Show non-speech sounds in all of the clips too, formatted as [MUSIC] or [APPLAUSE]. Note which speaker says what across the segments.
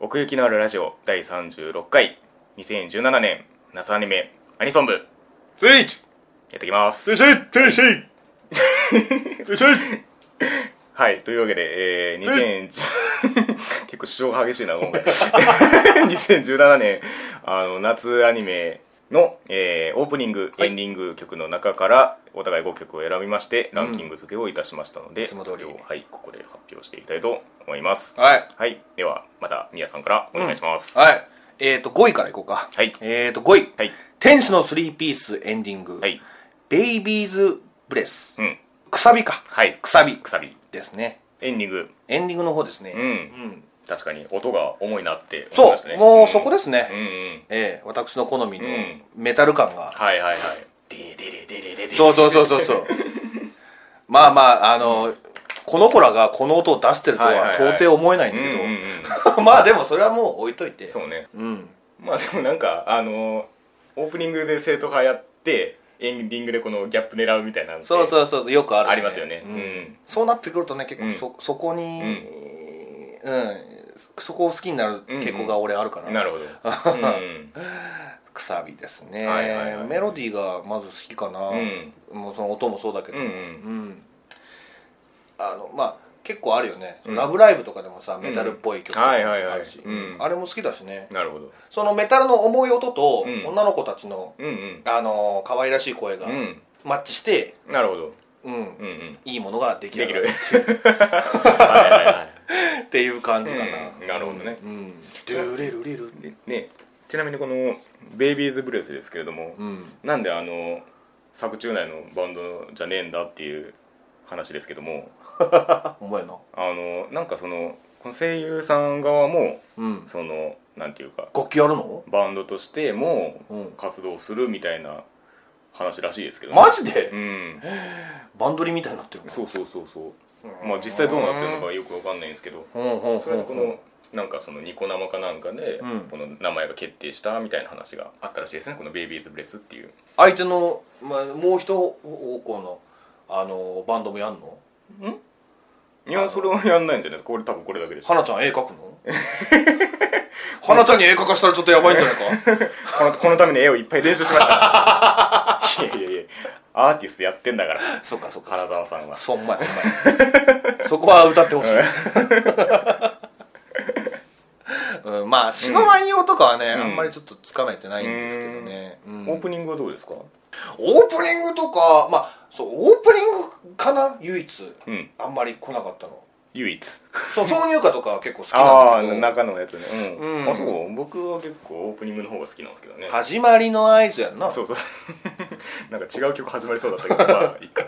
Speaker 1: 奥行きのあるラジオ第36回2017年夏アニメアニソン部
Speaker 2: スイッチ
Speaker 1: やってきます
Speaker 2: スイッチスイッチスイッチ
Speaker 1: はいというわけで、えー、2010 [LAUGHS] 結構主張が激しいな
Speaker 2: [LAUGHS]
Speaker 1: 今回2017年あの夏アニメの、えーオープニング、
Speaker 2: はい
Speaker 1: エンディング曲の中からお互い5曲を選びましてランキング付けをいたしましたので、
Speaker 2: いつも通り
Speaker 1: それをはい、ここで発表していきたいと思います
Speaker 2: はい。
Speaker 1: はいではまたみやさんから [LAUGHS] お願いします、
Speaker 2: はい。えっ、ー、と、5位からいこうか。
Speaker 1: はい
Speaker 2: えっ、ー、と、5位。
Speaker 1: はい
Speaker 2: 天使のスリーピースエンディング。
Speaker 1: はい
Speaker 2: ベイビーズブレス。
Speaker 1: うん
Speaker 2: くさびか。
Speaker 1: はい
Speaker 2: くさび
Speaker 1: くさび
Speaker 2: ですね。
Speaker 1: エンディング
Speaker 2: エンディングの方ですね。
Speaker 1: うん、確かに音が重いなって思い
Speaker 2: そ
Speaker 1: ましたね
Speaker 2: う、もうそこですね。
Speaker 1: うんうん
Speaker 2: ええ私の好みの
Speaker 1: うん
Speaker 2: メタル感が。
Speaker 1: はいはいはいデレデレデレデレ
Speaker 2: そうそうそうそうそう。 [LAUGHS] まあまあ、あの、この子らがこの音を出してると
Speaker 1: はいはいは
Speaker 2: はい到底思えないんだ
Speaker 1: うんうんうん
Speaker 2: けど。 [LAUGHS] まあでもそれはもう置いといて。
Speaker 1: そうね
Speaker 2: うん。
Speaker 1: まあでもなんかあのオープニングで生徒派やってエンディングでこのギャップ狙うみたいなのって
Speaker 2: そうそうそうそうよくあるし、
Speaker 1: ありますよね
Speaker 2: うん
Speaker 1: うん
Speaker 2: そうなってくるとね結構そ,、そこにうん、そこを好きになる傾向が俺あるから、
Speaker 1: なるほど、うん、
Speaker 2: くさびですね、
Speaker 1: はいはいはい
Speaker 2: メロディーがまず好きかな、
Speaker 1: うん
Speaker 2: もうその音もそうだけど、
Speaker 1: うん
Speaker 2: うんあのまあ結構あるよね「ラブライブ!」とかでもさメタルっぽい曲とか
Speaker 1: はいはいはい
Speaker 2: あるし
Speaker 1: うん
Speaker 2: あれも好きだしね
Speaker 1: なるほど
Speaker 2: そのメタルの重い音と、
Speaker 1: うん
Speaker 2: 女の子たちの、
Speaker 1: うんうん
Speaker 2: あの可愛らしい声が
Speaker 1: うん
Speaker 2: マッチして、
Speaker 1: なるほど
Speaker 2: うん、
Speaker 1: うんうん
Speaker 2: いいものが出来
Speaker 1: で
Speaker 2: 上
Speaker 1: き
Speaker 2: が
Speaker 1: る
Speaker 2: る
Speaker 1: [LAUGHS] はいはいはい
Speaker 2: っていう感じかな、
Speaker 1: うんなるほどね
Speaker 2: うんドゥレルレル
Speaker 1: でねちなみにこの「ベイビーズ・ブレス」ですけれども、
Speaker 2: うん
Speaker 1: なんであの作中内のバンドじゃねえんだっていう話ですけども
Speaker 2: あお前の
Speaker 1: あのなんかそのこの声優さん側も
Speaker 2: うん
Speaker 1: そのなんていうか
Speaker 2: 楽器やるの
Speaker 1: バンドとしても
Speaker 2: うん
Speaker 1: 活動するみたいな話らしいですけどね、
Speaker 2: マジで、
Speaker 1: うん
Speaker 2: バンドリみたいになってるの
Speaker 1: そうそうそうそうまあ実際どうなってるのかよくわかんないんですけど
Speaker 2: うんうんうん
Speaker 1: それでこのなんかそのニコ生かなんかで
Speaker 2: うん
Speaker 1: この名前が決定したみたいな話があったらしいですねこの「ベイビーズ・ブレス」っていう
Speaker 2: 相手の、まあ、もう一方向のあのバンドもやんの
Speaker 1: いやそれはやんないんじゃないですかこれ多分これだけでしょ
Speaker 2: 花ちゃん絵描
Speaker 1: [LAUGHS]
Speaker 2: くの花ちゃんに絵描かしたらちょっとやばいんじゃない
Speaker 1: [LAUGHS]
Speaker 2: か
Speaker 1: このこのために絵をいっぱい練習しましたいやいやいやアーティストやってんだから
Speaker 2: そっかそっか
Speaker 1: 原沢さんは
Speaker 2: そうお前お前そこは歌ってほしい、 [LAUGHS] うん、まあ詩の内容とかはね、あんまりちょっとつかめてないんですけどね、うん
Speaker 1: オープニングはどうですか
Speaker 2: オープニングとかまあそうオープニングかな唯一、
Speaker 1: うん
Speaker 2: あんまり来なかったの
Speaker 1: 唯一
Speaker 2: そう挿入歌とかは結構好き
Speaker 1: あ
Speaker 2: な
Speaker 1: あ
Speaker 2: んだけど
Speaker 1: 中のやつねうん、
Speaker 2: うん
Speaker 1: あそう僕は結構オープニングの方が好きなんですけどね
Speaker 2: 始まりの合図やんな
Speaker 1: そうそう [LAUGHS] なんか違う曲始まりそうだったけどまあいいか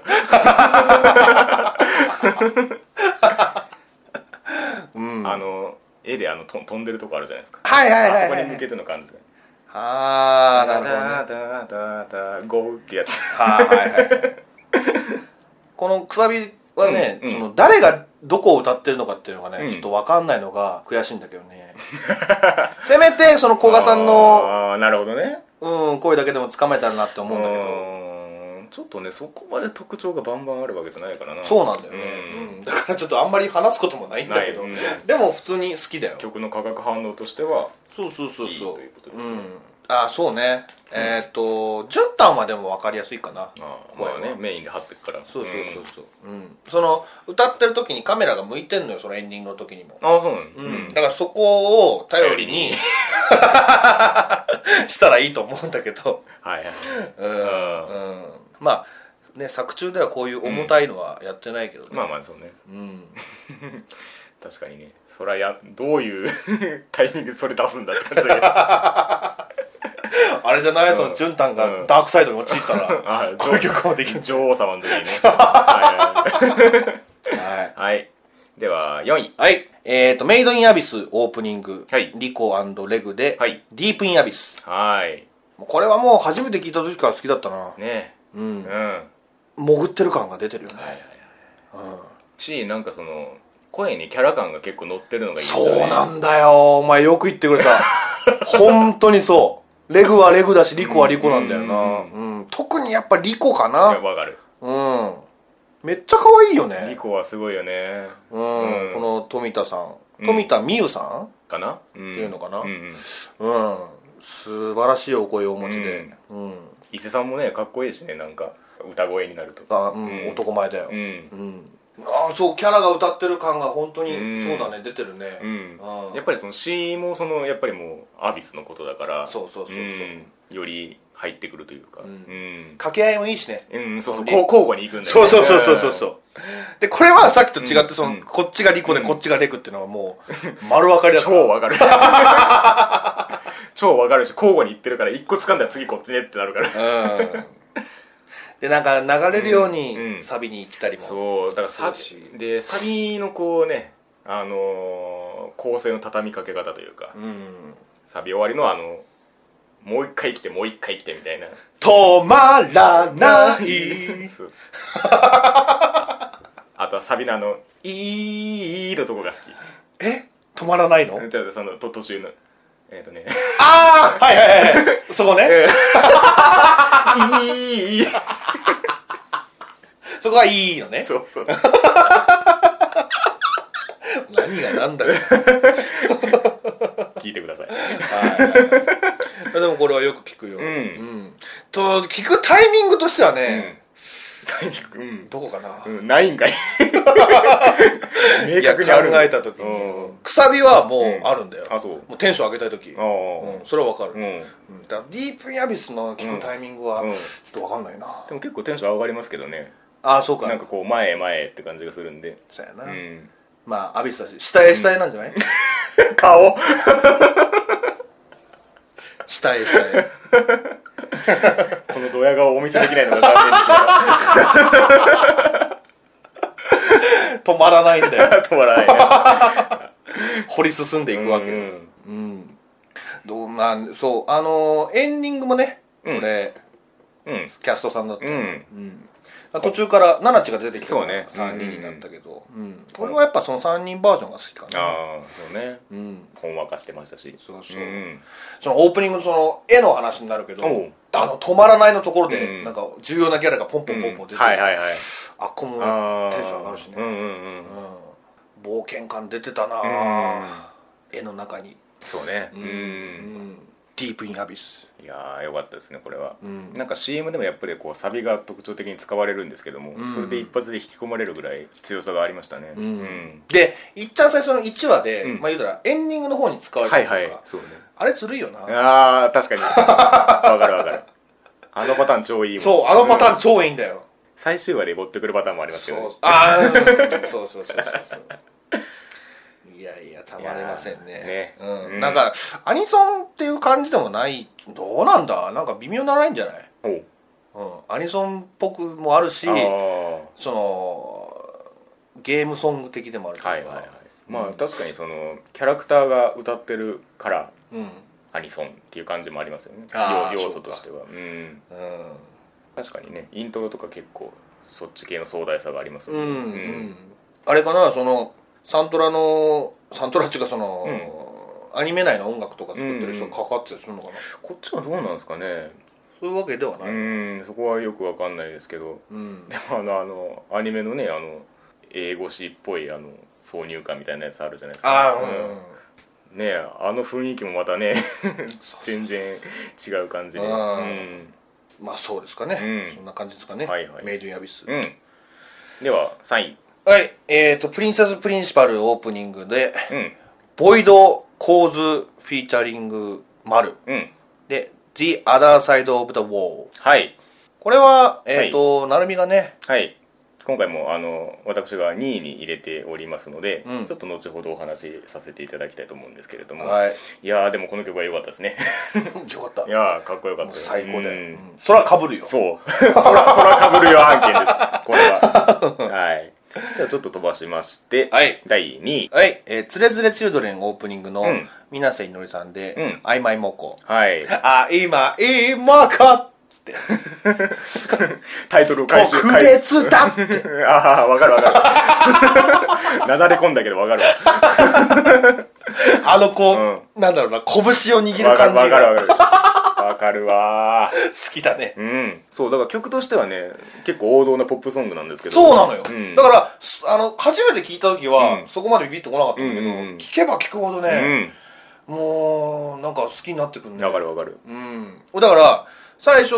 Speaker 2: うん、
Speaker 1: あの絵であのと飛んでるとこあるじゃないですか
Speaker 2: はいはい
Speaker 1: あ
Speaker 2: は
Speaker 1: そ
Speaker 2: い、
Speaker 1: こ
Speaker 2: は
Speaker 1: に向
Speaker 2: い
Speaker 1: け、ての感じが
Speaker 2: ああなるほどね
Speaker 1: ダダダダゴーってやつ
Speaker 2: はいはいはいこのくさびはね、
Speaker 1: うんうん
Speaker 2: その誰がどこを歌ってるのかっていうのがね、
Speaker 1: うん
Speaker 2: ちょっと分かんないのが悔しいんだけどねせめてその古賀さんの、
Speaker 1: ああなるほどね
Speaker 2: うん、声だけでもつかめたらなって思うんだけど
Speaker 1: うーんちょっとねそこまで特徴がバンバンあるわけじゃないからな
Speaker 2: そうなんだよね、
Speaker 1: う
Speaker 2: うんだからちょっとあんまり話すこともないんだけど、
Speaker 1: ないうん
Speaker 2: でも普通に好きだよ
Speaker 1: 曲の化学反応としては
Speaker 2: そうそうそう
Speaker 1: いい
Speaker 2: そ
Speaker 1: と
Speaker 2: う
Speaker 1: いうことです
Speaker 2: う
Speaker 1: ね
Speaker 2: んああそうね、えっ、とじゅんたんはでも分かりやすいかな
Speaker 1: あー
Speaker 2: 声
Speaker 1: ま
Speaker 2: は
Speaker 1: あねメインで張ってくから
Speaker 2: そうそうそうそう、うん、その歌ってる時にカメラが向いてんのよそのエンディングの時にも、
Speaker 1: ああそうなの
Speaker 2: うん
Speaker 1: うん
Speaker 2: だからそこを頼りに [LAUGHS] したらいいと思うんだけど
Speaker 1: はいはい
Speaker 2: うん、
Speaker 1: ん
Speaker 2: うんまあね作中ではこういう重たいのはやってないけどね、
Speaker 1: まあまあそうね
Speaker 2: うん、
Speaker 1: 確かにねそらやどういう [LAUGHS] タイミングでそれ出すんだって感じ
Speaker 2: [LAUGHS]
Speaker 1: だけど
Speaker 2: あれじゃない、
Speaker 1: うん
Speaker 2: そのじゅんたんが
Speaker 1: うん
Speaker 2: ダークサイドに
Speaker 1: [LAUGHS]
Speaker 2: 陥ったら、
Speaker 1: あー
Speaker 2: こういう曲もできる
Speaker 1: 女王様の時
Speaker 2: [LAUGHS]
Speaker 1: にねはいはい
Speaker 2: はい
Speaker 1: はい、はい、では4位
Speaker 2: はいえっ、とメイドインアビスオープニング、
Speaker 1: はい
Speaker 2: リコレグで、
Speaker 1: はい
Speaker 2: ディープインアビス
Speaker 1: はい
Speaker 2: もうこれはもう初めて聞いた時から好きだったな、
Speaker 1: ね
Speaker 2: う
Speaker 1: うんんは
Speaker 2: 潜ってる感が出てるよね、
Speaker 1: いはいはいしなんかその声にキャラ感が結構乗ってるのがいいですよね
Speaker 2: そうなんだよお前よく言ってく
Speaker 1: [LAUGHS]
Speaker 2: れた本当にそうレグはレグだしリコはリコなんだよな、
Speaker 1: うん
Speaker 2: うん特にやっぱリコか
Speaker 1: いや
Speaker 2: な
Speaker 1: わかる
Speaker 2: うんめっちゃ可愛いよね
Speaker 1: リコはすごいよね
Speaker 2: うん、
Speaker 1: うん
Speaker 2: この富田さん富田美優さん、
Speaker 1: かな、うん
Speaker 2: っていうのかな
Speaker 1: うんうん
Speaker 2: うん素晴らしいお声をお持ちで、うん
Speaker 1: 伊勢さんもねかっこいいしねなんか歌声になると
Speaker 2: あうん男前だよ、
Speaker 1: うん
Speaker 2: ああそうキャラが歌ってる感が本当に
Speaker 1: うん
Speaker 2: そうだね、出てるね、
Speaker 1: うん
Speaker 2: ああ
Speaker 1: やっぱりその詩もそのやっぱりもうアビスのことだから
Speaker 2: そうそうそうそうん
Speaker 1: より入ってくるというかうん、
Speaker 2: 掛け合いもいいしね
Speaker 1: うん、そうそう
Speaker 2: そ
Speaker 1: こ
Speaker 2: う
Speaker 1: う交互に行くんだよね
Speaker 2: そうそうそうそうそうそうでこれはさっきと違ってその、
Speaker 1: うん
Speaker 2: こっちがリコでこっちがレクっていうのはもう丸分かりだから
Speaker 1: 超わかる [LAUGHS] 超わかるし交互に行ってるから一個掴んだら次こっちねってなるから
Speaker 2: うんでなんか流れるように、
Speaker 1: うんうん
Speaker 2: サビに行ったりも
Speaker 1: そうだからサ
Speaker 2: そうだし
Speaker 1: ビでサビのこうねあのー構成の畳みかけ方というか、
Speaker 2: うん
Speaker 1: サビ終わりのあのもう一回来てもう一回来てみたいな
Speaker 2: 止まらない
Speaker 1: そう [LAUGHS] あとはサビのあの「いい」のとこが好き
Speaker 2: え止まらないの
Speaker 1: じゃあそのと途中のえっ、とね
Speaker 2: ああはいはいはいそこね
Speaker 1: 「いい」
Speaker 2: そこがいいのね
Speaker 1: そうそう
Speaker 2: 何が何だ
Speaker 1: [LAUGHS]
Speaker 2: か
Speaker 1: 聞いてください
Speaker 2: はいでもこれはよく聞くよ、うんと聞くタイミングとしてはね、
Speaker 1: うん
Speaker 2: どこかな、
Speaker 1: うん、ないんかい明
Speaker 2: いや考
Speaker 1: 確にある
Speaker 2: えた時
Speaker 1: う
Speaker 2: にくさびはもう
Speaker 1: うん
Speaker 2: あるんだよ、
Speaker 1: あそう
Speaker 2: もうテンション上げたい時、
Speaker 1: ああ
Speaker 2: うん、それはわかる、
Speaker 1: うん、で
Speaker 2: うんだからディープインアビスの聞くタイミングは、
Speaker 1: うん
Speaker 2: ちょっとわかんないな、あ
Speaker 1: も結構テンション上がりますけどね
Speaker 2: あそうか
Speaker 1: なんかこう前へ前へって感じがするんで
Speaker 2: そうやな、
Speaker 1: うん
Speaker 2: まあアビスだし下へ下へなんじゃない、
Speaker 1: 顔
Speaker 2: [LAUGHS] 下へ下へ
Speaker 1: このドヤ顔をお見せできないのが残念ですが
Speaker 2: 止まらないん
Speaker 1: [LAUGHS]
Speaker 2: だよ
Speaker 1: 止まらない
Speaker 2: 掘り進んでいくわけ
Speaker 1: う
Speaker 2: よ
Speaker 1: ん
Speaker 2: うん、どうまあそうあのーエンディングもねこ
Speaker 1: うん
Speaker 2: れ、
Speaker 1: うん
Speaker 2: キャストさんだった、
Speaker 1: うん
Speaker 2: 途中からナナチが出てきたか
Speaker 1: そうね
Speaker 2: ら3人になったけど、うん俺はやっぱその3人バージョンが好きかな
Speaker 1: ああそうね
Speaker 2: うん
Speaker 1: ほんわかしてましたし
Speaker 2: そうそう
Speaker 1: うん
Speaker 2: そのオープニングのその絵の話になるけど
Speaker 1: おう
Speaker 2: あの止まらないのところ
Speaker 1: う
Speaker 2: で
Speaker 1: ん
Speaker 2: なんか重要なキャラがポンポンポンポン出て、
Speaker 1: はいはいはい
Speaker 2: あっこも
Speaker 1: ああ
Speaker 2: テンション上がるしね、
Speaker 1: うんうんうん
Speaker 2: うん冒険感出てたなあ絵の中に、
Speaker 1: そうねう
Speaker 2: うんん、ディープインアビス
Speaker 1: いやーよかったですねこれは、
Speaker 2: ん
Speaker 1: なんか CM でもやっぱりこうサビが特徴的に使われるんですけども、それで一発で引き込まれるぐらい強さがありましたねうん、
Speaker 2: でいっちゃん最初の1話で、
Speaker 1: うん
Speaker 2: まあ言うたらエンディングの方に使われ
Speaker 1: は
Speaker 2: て
Speaker 1: い
Speaker 2: ると
Speaker 1: は
Speaker 2: いうか、
Speaker 1: いそうね
Speaker 2: あれずるいよな
Speaker 1: あー確かにわかるわかるあのパターン超いいもん
Speaker 2: そうあのパタ
Speaker 1: ン、
Speaker 2: ーン超いいんだよ、
Speaker 1: 最終話で持ってくるパターンもありますけ
Speaker 2: そ
Speaker 1: ど、ね、
Speaker 2: うあーうんそうそうそうそうそういやいやたまりませんね
Speaker 1: いやーね
Speaker 2: うん
Speaker 1: うん
Speaker 2: なんかアニソンっていう感じでもないどうなんだなんか微妙なラインじゃない、
Speaker 1: おう
Speaker 2: うん、アニソンっぽくもあるし
Speaker 1: あー
Speaker 2: そのゲームソング的でもあると
Speaker 1: はいいうは
Speaker 2: か
Speaker 1: いはいまあ確かにそのキャラクターが歌ってるから
Speaker 2: うん、うん、
Speaker 1: アニソンっていう感じもありますよね
Speaker 2: あー
Speaker 1: 要要
Speaker 2: そ
Speaker 1: 素
Speaker 2: うか
Speaker 1: としてはうん確かにねイントロとか結構そっち系の壮大さがありますよ
Speaker 2: う
Speaker 1: ね
Speaker 2: んうんあれかなそのサントラのサントラっていうかその、アニメ内の音楽とか作ってる人がかかってたりするのかな、
Speaker 1: こっちはどうなんですかね
Speaker 2: そういうわけではな
Speaker 1: う
Speaker 2: い、
Speaker 1: ーんそこはよくわかんないですけど
Speaker 2: うん
Speaker 1: でもあのあのアニメのねあの英語詞っぽいあの挿入歌みたいなやつあるじゃないですか
Speaker 2: ああ、
Speaker 1: うんねえあの雰囲気もまたね全然違う感じでう
Speaker 2: あ
Speaker 1: ん、
Speaker 2: うん、まあそうですかね、
Speaker 1: うん
Speaker 2: そんな感じですかね、
Speaker 1: はいはい
Speaker 2: メイドインアビス、
Speaker 1: うん、では3位
Speaker 2: はいえー、とプリンセスプリンシパルオープニングで
Speaker 1: うん
Speaker 2: ボイド構図フィーチャリングマル
Speaker 1: うん
Speaker 2: で The Other Side of the Wall
Speaker 1: はい
Speaker 2: これはえっ、ー、と、なるみがね
Speaker 1: はい今回もあの私が2位に入れておりますので、
Speaker 2: うん
Speaker 1: ちょっと後ほどお話しさせていただきたいと思うんですけれども、
Speaker 2: はい [LAUGHS]
Speaker 1: い、やーでもこの曲は良かったですね
Speaker 2: よかった
Speaker 1: いやーかっこよかったです
Speaker 2: 最高だ
Speaker 1: う
Speaker 2: よ
Speaker 1: ん
Speaker 2: うんそれはかぶるよ
Speaker 1: そう。そ [LAUGHS] ら、そらかぶるよ案件です。これは。はい。 [LAUGHS] じゃあちょっと飛ばしまして、
Speaker 2: はい
Speaker 1: 第2位。
Speaker 2: はい、えー、つれづれチルドレンオープニングの
Speaker 1: うん
Speaker 2: 水瀬いのりさんで、
Speaker 1: うん
Speaker 2: あいまいもこ
Speaker 1: はい。
Speaker 2: あいまいもこつって
Speaker 1: [LAUGHS] タイトルを回収
Speaker 2: 特別だって
Speaker 1: 回収 [LAUGHS] ああ、わかるわかる。 [LAUGHS] なだれ込んだけどわかるわ。
Speaker 2: あのこう、なんだろうな、拳を握る
Speaker 1: わかる
Speaker 2: 感
Speaker 1: わ
Speaker 2: じ
Speaker 1: かるわ
Speaker 2: が
Speaker 1: かる。わかるわー
Speaker 2: 好きだね。
Speaker 1: うん。そう、だから曲としてはね、結構王道なポップソングなんですけど。
Speaker 2: そうなのよ。
Speaker 1: ん
Speaker 2: だから、すあの、初めて聞いた時は、
Speaker 1: うん
Speaker 2: そこまでビビってこなかったんだけど、
Speaker 1: うんうんうん
Speaker 2: 聞けば聞くほど
Speaker 1: う
Speaker 2: ね、
Speaker 1: ん。
Speaker 2: もうなんか好きになってくるね
Speaker 1: わかるわかる
Speaker 2: うんだから最初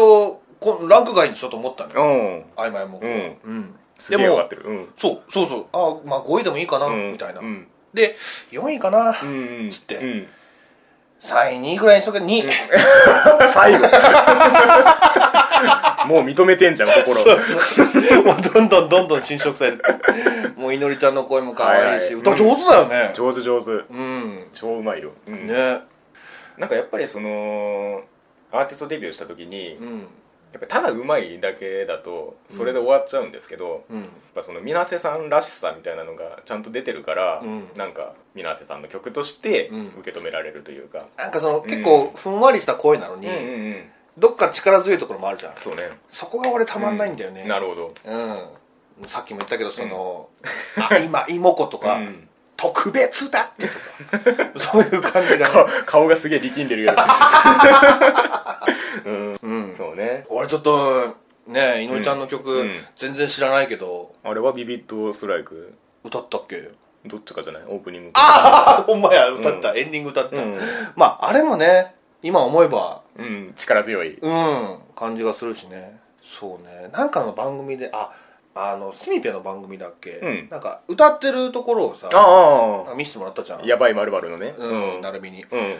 Speaker 2: こランク外にしようと思ったのよ
Speaker 1: うん
Speaker 2: 曖昧もこ
Speaker 1: うん
Speaker 2: うん
Speaker 1: す
Speaker 2: で
Speaker 1: げえわか
Speaker 2: も
Speaker 1: ってるうん
Speaker 2: そうそうそうあまあ5位でもいいかな
Speaker 1: うん
Speaker 2: みたいな
Speaker 1: うん
Speaker 2: で4位かな
Speaker 1: うん
Speaker 2: つって
Speaker 1: うん
Speaker 2: 3位2位ぐらいにしとけば2位
Speaker 1: 最後 [LAUGHS] もう認めてんじゃん心
Speaker 2: [LAUGHS] そうそうもうどんどんどんどん侵食されてもういのりちゃんの声も可愛いし
Speaker 1: はいは
Speaker 2: 歌
Speaker 1: い
Speaker 2: 上手だよね
Speaker 1: 上手上手
Speaker 2: うん
Speaker 1: 超うまいよ、うん
Speaker 2: ね
Speaker 1: なんかやっぱりそのアーティストデビューした時に、
Speaker 2: う
Speaker 1: やっ
Speaker 2: ん
Speaker 1: ぱただうまいだけだとそれで終わっちゃうんですけど、
Speaker 2: う
Speaker 1: やっ
Speaker 2: ん
Speaker 1: ぱその水瀬さんらしさみたいなのがちゃんと出てるから、
Speaker 2: うん
Speaker 1: なんか水瀬さんの曲として
Speaker 2: うん
Speaker 1: 受け止められるというか、
Speaker 2: なんかその結構ふんわりした声なの
Speaker 1: う
Speaker 2: に
Speaker 1: ん、うんうん
Speaker 2: どっか力強いところもあるじゃん
Speaker 1: そうね
Speaker 2: そこが俺たまんないんだよね、
Speaker 1: なるほど
Speaker 2: うん、さっきも言ったけどその「あ今妹子」とか、
Speaker 1: うん
Speaker 2: 特別だ」ってとか
Speaker 1: [LAUGHS]
Speaker 2: そういう感じがね、
Speaker 1: か顔がすげえ力んでるよ
Speaker 2: [LAUGHS] うん、
Speaker 1: そうね
Speaker 2: 俺ちょっとね井上ちゃんの曲、
Speaker 1: うんうん
Speaker 2: 全然知らないけど
Speaker 1: あれはビビッドストライク
Speaker 2: 歌ったっけ
Speaker 1: どっちかじゃないオープニング
Speaker 2: ああ [LAUGHS] ほんまや歌った、エンディング歌った、
Speaker 1: うん
Speaker 2: まああれもね今思えば
Speaker 1: うん力強い
Speaker 2: うん感じがするしねそうねなんかの番組でああのスミペの番組だっけ、
Speaker 1: うん
Speaker 2: なんか歌ってるところをさ
Speaker 1: あ
Speaker 2: 見せてもらったじゃん
Speaker 1: やばいまるのね
Speaker 2: うん、
Speaker 1: うん
Speaker 2: なるみに
Speaker 1: うん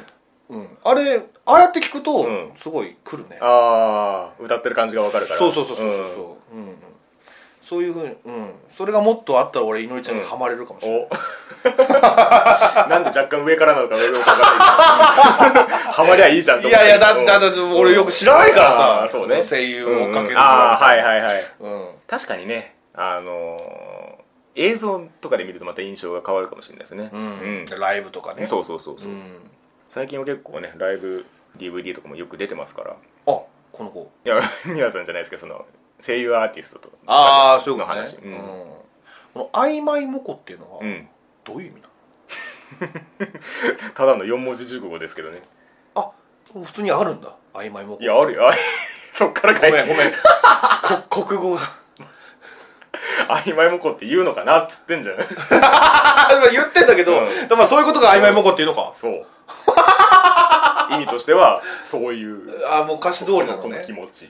Speaker 2: うん、あれああやって聞くと、
Speaker 1: うん
Speaker 2: すごい来るね
Speaker 1: ああ歌ってる感じがわかるから
Speaker 2: そうそうそうそうそうそう、うんうん、そういうふうに、うん、それがもっとあったら俺いのりちゃんにハマれるかもしれない、
Speaker 1: んお [LAUGHS] なんで若干上からなのか上からかわかんないけどハマりゃいいじゃんと
Speaker 2: い
Speaker 1: 思って
Speaker 2: やいやだってだって俺よく知らないからさ
Speaker 1: あーそうね
Speaker 2: 声優を追っかける
Speaker 1: うんああはい
Speaker 2: い、
Speaker 1: はいはい
Speaker 2: うん、
Speaker 1: 確かにねあのー映像とかで見るとまた印象が変わるかもしれないですね
Speaker 2: うんライブとかね、
Speaker 1: そうそうそうそううん最近は結構ねライブ DVD とかもよく出てますから
Speaker 2: あこの子
Speaker 1: いや [LAUGHS] 皆さんじゃないですけどその声優アーティストと
Speaker 2: ああそういう
Speaker 1: の
Speaker 2: ことね
Speaker 1: 話
Speaker 2: うん
Speaker 1: うん
Speaker 2: この「曖昧もこ」っていうのは、
Speaker 1: うん
Speaker 2: どういう意味なの
Speaker 1: ただの4文字熟語ですけどね
Speaker 2: あ普通にあるんだ曖昧もこ
Speaker 1: いやあるよあれ [LAUGHS] そっから書い
Speaker 2: ごめん
Speaker 1: て
Speaker 2: ごめんこ国語が
Speaker 1: 曖昧もこって言うのかなっつって [LAUGHS] んじゃん
Speaker 2: [LAUGHS] あでも言ってんだけど、
Speaker 1: うん
Speaker 2: でもそういうことが曖昧もこっていうのか。
Speaker 1: [LAUGHS] そう意味としてはそういう
Speaker 2: あもう歌詞通りなの
Speaker 1: この
Speaker 2: ね
Speaker 1: 気。持ち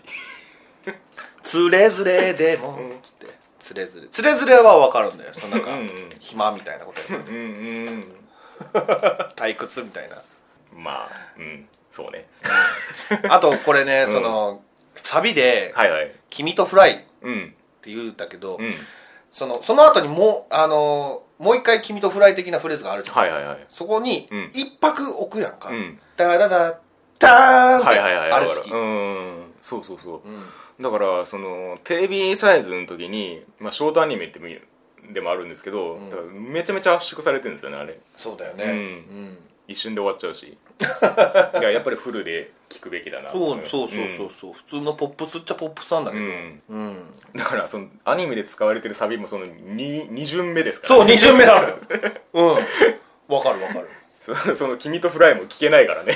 Speaker 2: つれづれでも、つって。つれづれ。つれづれはわかるんだよ。そのなんか
Speaker 1: うんうん、
Speaker 2: 暇みたいなこと。
Speaker 1: うんうん
Speaker 2: 退屈みたいな。
Speaker 1: まあうんそうね
Speaker 2: あと、これね、その、サビで、
Speaker 1: はいはい
Speaker 2: 君とフライっ
Speaker 1: うん
Speaker 2: て言うんだけど
Speaker 1: う、ん
Speaker 2: その、その後にもう、あのー、もう一回君とフライ的なフレーズがあるじゃん。
Speaker 1: はいはいはい
Speaker 2: そこに
Speaker 1: うん、
Speaker 2: 一泊置くやんか
Speaker 1: うん。
Speaker 2: ダダダ、ダーン
Speaker 1: はいはいはい
Speaker 2: あ
Speaker 1: わ
Speaker 2: れ
Speaker 1: か
Speaker 2: 好
Speaker 1: る
Speaker 2: き。
Speaker 1: うんそうそうそう、
Speaker 2: うん
Speaker 1: だからそのテレビサイズの時に、まあ、ショートアニメってもいでもあるんですけど、だからめちゃめちゃ圧縮されてるんですよねあれ
Speaker 2: そうだよね。
Speaker 1: うん
Speaker 2: うん。
Speaker 1: 一瞬で終わっちゃう
Speaker 2: [LAUGHS]
Speaker 1: しいややっぱりフルで聞くべきだな
Speaker 2: そうそうそうそうそう、普通のポップスっちゃポップスなんだけ
Speaker 1: う
Speaker 2: ど
Speaker 1: ん、
Speaker 2: うん、
Speaker 1: [LAUGHS] うんだからそのアニメで使われてるサビもその 2, 二巡目ですから
Speaker 2: そう2巡目なのよ [LAUGHS] うんわかるわかる
Speaker 1: そのその「君とフライ」も聞けないから
Speaker 2: [LAUGHS]
Speaker 1: ね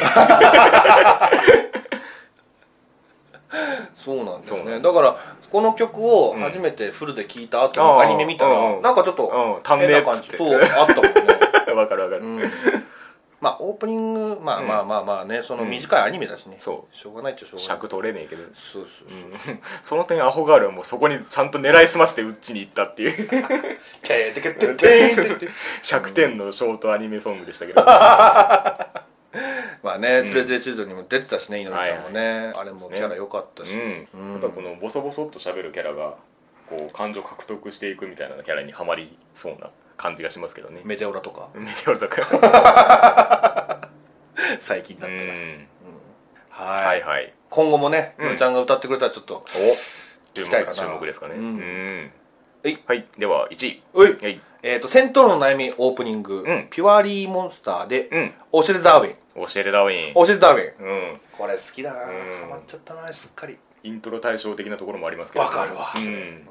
Speaker 2: そうなんだ
Speaker 1: そう
Speaker 2: よ
Speaker 1: な
Speaker 2: ね
Speaker 1: ん
Speaker 2: だからこの曲を初めてフルで聴いた後
Speaker 1: うん
Speaker 2: のアニメ見たら、
Speaker 1: うんうん
Speaker 2: なんかちょっと
Speaker 1: うん足んねえ
Speaker 2: 変な感
Speaker 1: っつっ
Speaker 2: じ
Speaker 1: て
Speaker 2: そうあったもんね [LAUGHS]
Speaker 1: わかるわかる、
Speaker 2: うんまあオープニングまあまあまあまあねその短いアニメだしね、
Speaker 1: そ
Speaker 2: しょうがないっちゃしょうがない
Speaker 1: 尺取れねえけど
Speaker 2: そうそうそう、
Speaker 1: その点アホガールはもうそこにちゃんと狙いすませてうっちに行ったって
Speaker 2: [LAUGHS]
Speaker 1: いう
Speaker 2: てーてけてーてーて
Speaker 1: [LAUGHS]
Speaker 2: ーてー
Speaker 1: 100点のショートアニメソングでしたけど
Speaker 2: まあね「つれづれチルドにも出てたしねいのりちゃんもね、あれもキャラ良かったし、
Speaker 1: うん、やっぱこのボソボソっと喋るキャラがこう感情獲得していくみたいなキャラにはまりそうな感じがしますけどね
Speaker 2: メテオラとか
Speaker 1: [LAUGHS] メテオルとか
Speaker 2: 最近だ
Speaker 1: う
Speaker 2: ったら、
Speaker 1: ん
Speaker 2: はい
Speaker 1: はいはい
Speaker 2: 今後もね、
Speaker 1: ん
Speaker 2: のりちゃんが歌ってくれたらちょっと、
Speaker 1: お注
Speaker 2: きたいか
Speaker 1: 目
Speaker 2: な
Speaker 1: 注目ですかね
Speaker 2: うん
Speaker 1: うん
Speaker 2: はい
Speaker 1: はいでは1位
Speaker 2: おい
Speaker 1: はい
Speaker 2: えっ、と、戦闘の悩みオープニング、
Speaker 1: ん
Speaker 2: ピュアリーモンスターで、
Speaker 1: うん
Speaker 2: 教えてダーウィン、
Speaker 1: 教えてダーウィン
Speaker 2: 教えてダーウィン。
Speaker 1: うん
Speaker 2: これ好きだな
Speaker 1: うん
Speaker 2: ハマっちゃったなすっかり。
Speaker 1: イントロ対照的なところもありますけど
Speaker 2: わかるわ。
Speaker 1: う
Speaker 2: うんん。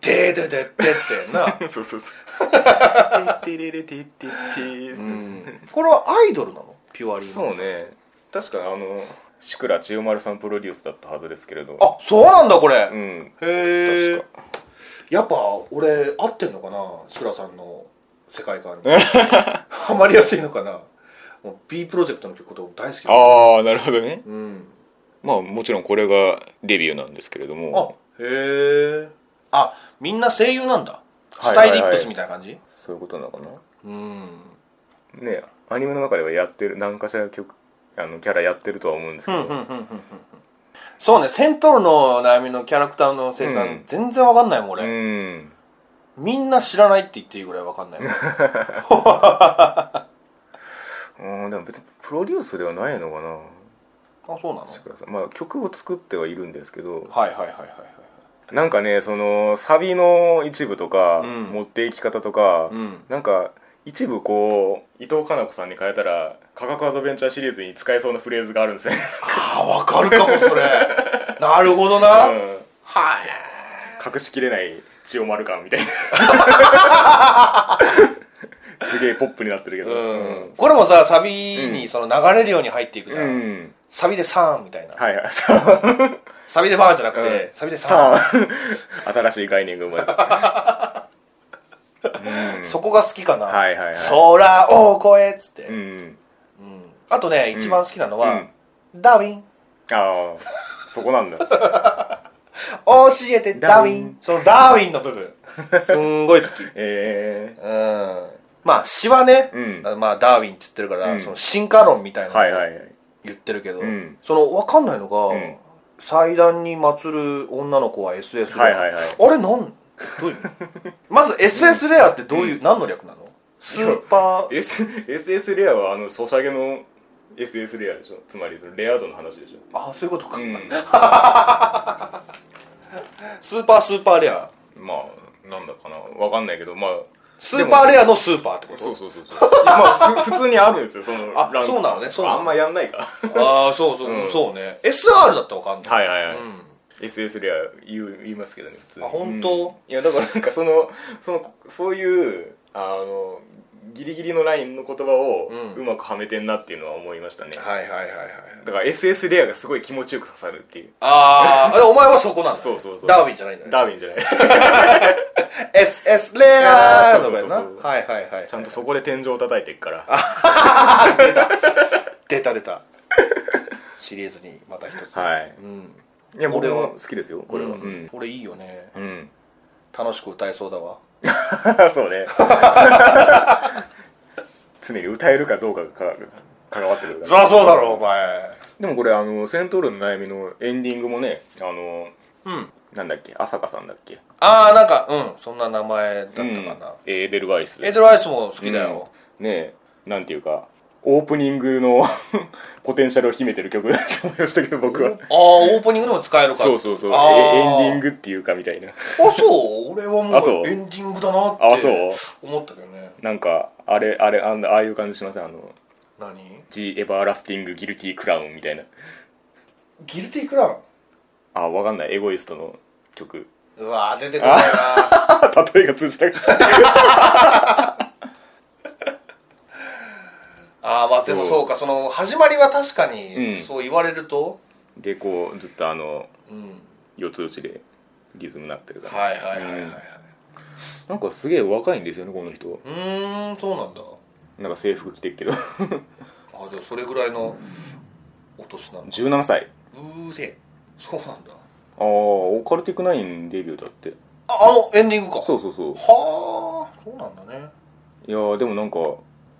Speaker 2: てーてーてーてーってな。
Speaker 1: [LAUGHS] そうそうそうてれれてってって
Speaker 2: うんこれはアイドルなのピュアリーモンスター。
Speaker 1: [LAUGHS] そうね確かあの志倉千代丸さんプロデュースだったはずですけれど
Speaker 2: あ、そうなんだこれ。
Speaker 1: う
Speaker 2: へ
Speaker 1: ん
Speaker 2: え
Speaker 1: 確。
Speaker 2: やっぱ俺
Speaker 1: [LAUGHS]
Speaker 2: 合ってんのかなシュラさんの世界観に。ハマりやすいのかなもう B プロジェクトの曲とか大好きで
Speaker 1: ああなるほどね
Speaker 2: うん
Speaker 1: まあもちろんこれがデビューなんですけれど
Speaker 2: あ
Speaker 1: も
Speaker 2: へえあみんな声優なんだ
Speaker 1: はい
Speaker 2: スタイリップスみたいな感じ、
Speaker 1: そういうことなのかな
Speaker 2: うん
Speaker 1: ねアニメの中ではやってる何かしら曲あのキャラやってるとは思うんですけど、
Speaker 2: そうねセントルの悩みのキャラクターの生産、
Speaker 1: うん
Speaker 2: 全然わかんないもん俺、
Speaker 1: うん
Speaker 2: みんな知らないって言っていいぐらいわかんな
Speaker 1: [LAUGHS]
Speaker 2: いもん
Speaker 1: うんでも別にプロデュースではないのかな
Speaker 2: あそうなの
Speaker 1: 志倉さんまあ曲を作ってはいるんですけど
Speaker 2: はいはいはいはいはい
Speaker 1: なんかねそのサビの一部とか、
Speaker 2: うん
Speaker 1: 持っていき方とか、
Speaker 2: うん
Speaker 1: なんか一部こう伊藤かな子さんに変えたら科学アドベンチャーシリーズに使えそうなフレーズがあるんですね、
Speaker 2: あわかるか
Speaker 1: [LAUGHS]
Speaker 2: もそれなるほどな、
Speaker 1: うん
Speaker 2: はい
Speaker 1: 隠しきれない千代丸感みたい [LAUGHS] なすげえポップになってるけど
Speaker 2: うん、これもさサビにその流れるように入っていくじ
Speaker 1: う
Speaker 2: ゃん、
Speaker 1: ん
Speaker 2: サビで「サーン」みたいな
Speaker 1: はいはいさ
Speaker 2: サビで「バーン」じゃなくて、
Speaker 1: う
Speaker 2: サビで「サーン」
Speaker 1: あ新しい概念が生まれ [LAUGHS] た
Speaker 2: そこが好きかな、
Speaker 1: はいはいはい
Speaker 2: 空を越えっつって、
Speaker 1: うん
Speaker 2: あとね一番好きなのは、ダーウィン
Speaker 1: ああそこなんだ
Speaker 2: 教えてダ
Speaker 1: ダー
Speaker 2: ーウ
Speaker 1: ウ
Speaker 2: ィ
Speaker 1: ィ
Speaker 2: ン
Speaker 1: ン
Speaker 2: そのダーウィンの
Speaker 1: [LAUGHS]
Speaker 2: 部分すんごい好きうん
Speaker 1: え
Speaker 2: まあ詩はね、
Speaker 1: う
Speaker 2: まあ、ダーウィンって言ってるから、
Speaker 1: うん
Speaker 2: その進化論みたい
Speaker 1: え
Speaker 2: な
Speaker 1: はい
Speaker 2: の
Speaker 1: は
Speaker 2: を
Speaker 1: いはい
Speaker 2: 言ってるけど、
Speaker 1: うん
Speaker 2: その分かんないのが、
Speaker 1: ん
Speaker 2: 祭壇に祀る女の子は SS レア、
Speaker 1: はいはいはい
Speaker 2: あれなんどういう
Speaker 1: [LAUGHS]
Speaker 2: まず SS レアってどういう、何の略なのスーパー
Speaker 1: S SS レアはあのソシャゲの SS レアでしょつまりそのレア度の話でしょ
Speaker 2: あそういうことか、
Speaker 1: うん
Speaker 2: スーパースーパーレア
Speaker 1: まあなんだかなわかんないけどまあ
Speaker 2: スーパーレアのスーパーってこと
Speaker 1: そうそうそうそうまあふ普通にあるんですよその
Speaker 2: あ
Speaker 1: ランク
Speaker 2: そうなのねそうなの
Speaker 1: あんまやんないから
Speaker 2: ああそうそう、
Speaker 1: うん
Speaker 2: そうね SR だったらわかんない、
Speaker 1: はいはいはい、
Speaker 2: うん
Speaker 1: SS レア言う言いますけどね普通に
Speaker 2: あ本
Speaker 1: うん
Speaker 2: 当、
Speaker 1: いやだからなんかそのそのそういうあのギリギリのラインの言葉を
Speaker 2: うん
Speaker 1: うまくはめてんなっていうのは思いましたね、
Speaker 2: はいはいはいはい
Speaker 1: だから SS レアがすごい気持ちよく刺さるっていう
Speaker 2: あ
Speaker 1: [LAUGHS]
Speaker 2: ーあお前はそこなんだ
Speaker 1: そうそうそう
Speaker 2: ダーウィンじゃないんだね
Speaker 1: ダーウィンじゃない [LAUGHS]
Speaker 2: SS レアー
Speaker 1: そうそ
Speaker 2: の
Speaker 1: う
Speaker 2: や
Speaker 1: そう
Speaker 2: な
Speaker 1: そう
Speaker 2: はいはいはい
Speaker 1: ちゃんとそこで天井を叩いていくから
Speaker 2: 出た出たシリーズにまた一つ、
Speaker 1: はい
Speaker 2: うん
Speaker 1: いや僕
Speaker 2: 俺は
Speaker 1: も好きですよこれはうん、
Speaker 2: これいいよね
Speaker 1: うん、
Speaker 2: 楽しく歌えそうだわ
Speaker 1: [LAUGHS] そうね常に歌えるかどうかがか関わってるから
Speaker 2: そりゃそうだろお前
Speaker 1: でもこれあの「セントルの悩み」のエンディングもねあの
Speaker 2: うん
Speaker 1: なんだっけ朝香さんだっけ
Speaker 2: ああなんかうんそんな名前だったか
Speaker 1: う
Speaker 2: な、
Speaker 1: んエーデルワイス
Speaker 2: エドライスも好きだよ、
Speaker 1: うんねえなんていうかオープニングの [LAUGHS] ポテンシャルを秘めてる曲だと思いましたけど僕は
Speaker 2: ああオープニングでも使えるから
Speaker 1: そうそうそうえ
Speaker 2: あー
Speaker 1: エンディングっていうかみたいな
Speaker 2: あそう俺は
Speaker 1: あ
Speaker 2: も
Speaker 1: そうう
Speaker 2: エンディングだなっ
Speaker 1: あ
Speaker 2: て
Speaker 1: そ
Speaker 2: 思ったけどね
Speaker 1: なんかあれあれあんなああいう感じしませんあの
Speaker 2: 何
Speaker 1: 「ジ・エバーラスティング・ギルティ・クラウン」みたいな
Speaker 2: ギルティクラウン
Speaker 1: あわかんないエゴイストの曲
Speaker 2: うわー出てこないな
Speaker 1: 例えが通じなくて
Speaker 2: あーまあでもそうかその始まりは確か
Speaker 1: う
Speaker 2: に
Speaker 1: ん
Speaker 2: そう言われると
Speaker 1: でこうずっとあの
Speaker 2: うん
Speaker 1: 四つ打ちでリズムなってるから
Speaker 2: はいはいはいはいはい
Speaker 1: なんかすげえ若いんですよねこの人
Speaker 2: うーんそうなんだ
Speaker 1: なんか制服着てるけど [LAUGHS]
Speaker 2: あじゃあそれぐらいのお年なんだ
Speaker 1: 17歳
Speaker 2: うーせえそうなんだ
Speaker 1: ああオカルティックナインデビューだって
Speaker 2: ああのエンディングか
Speaker 1: そうそうそう
Speaker 2: はあそうなんだね
Speaker 1: いやーでもなんか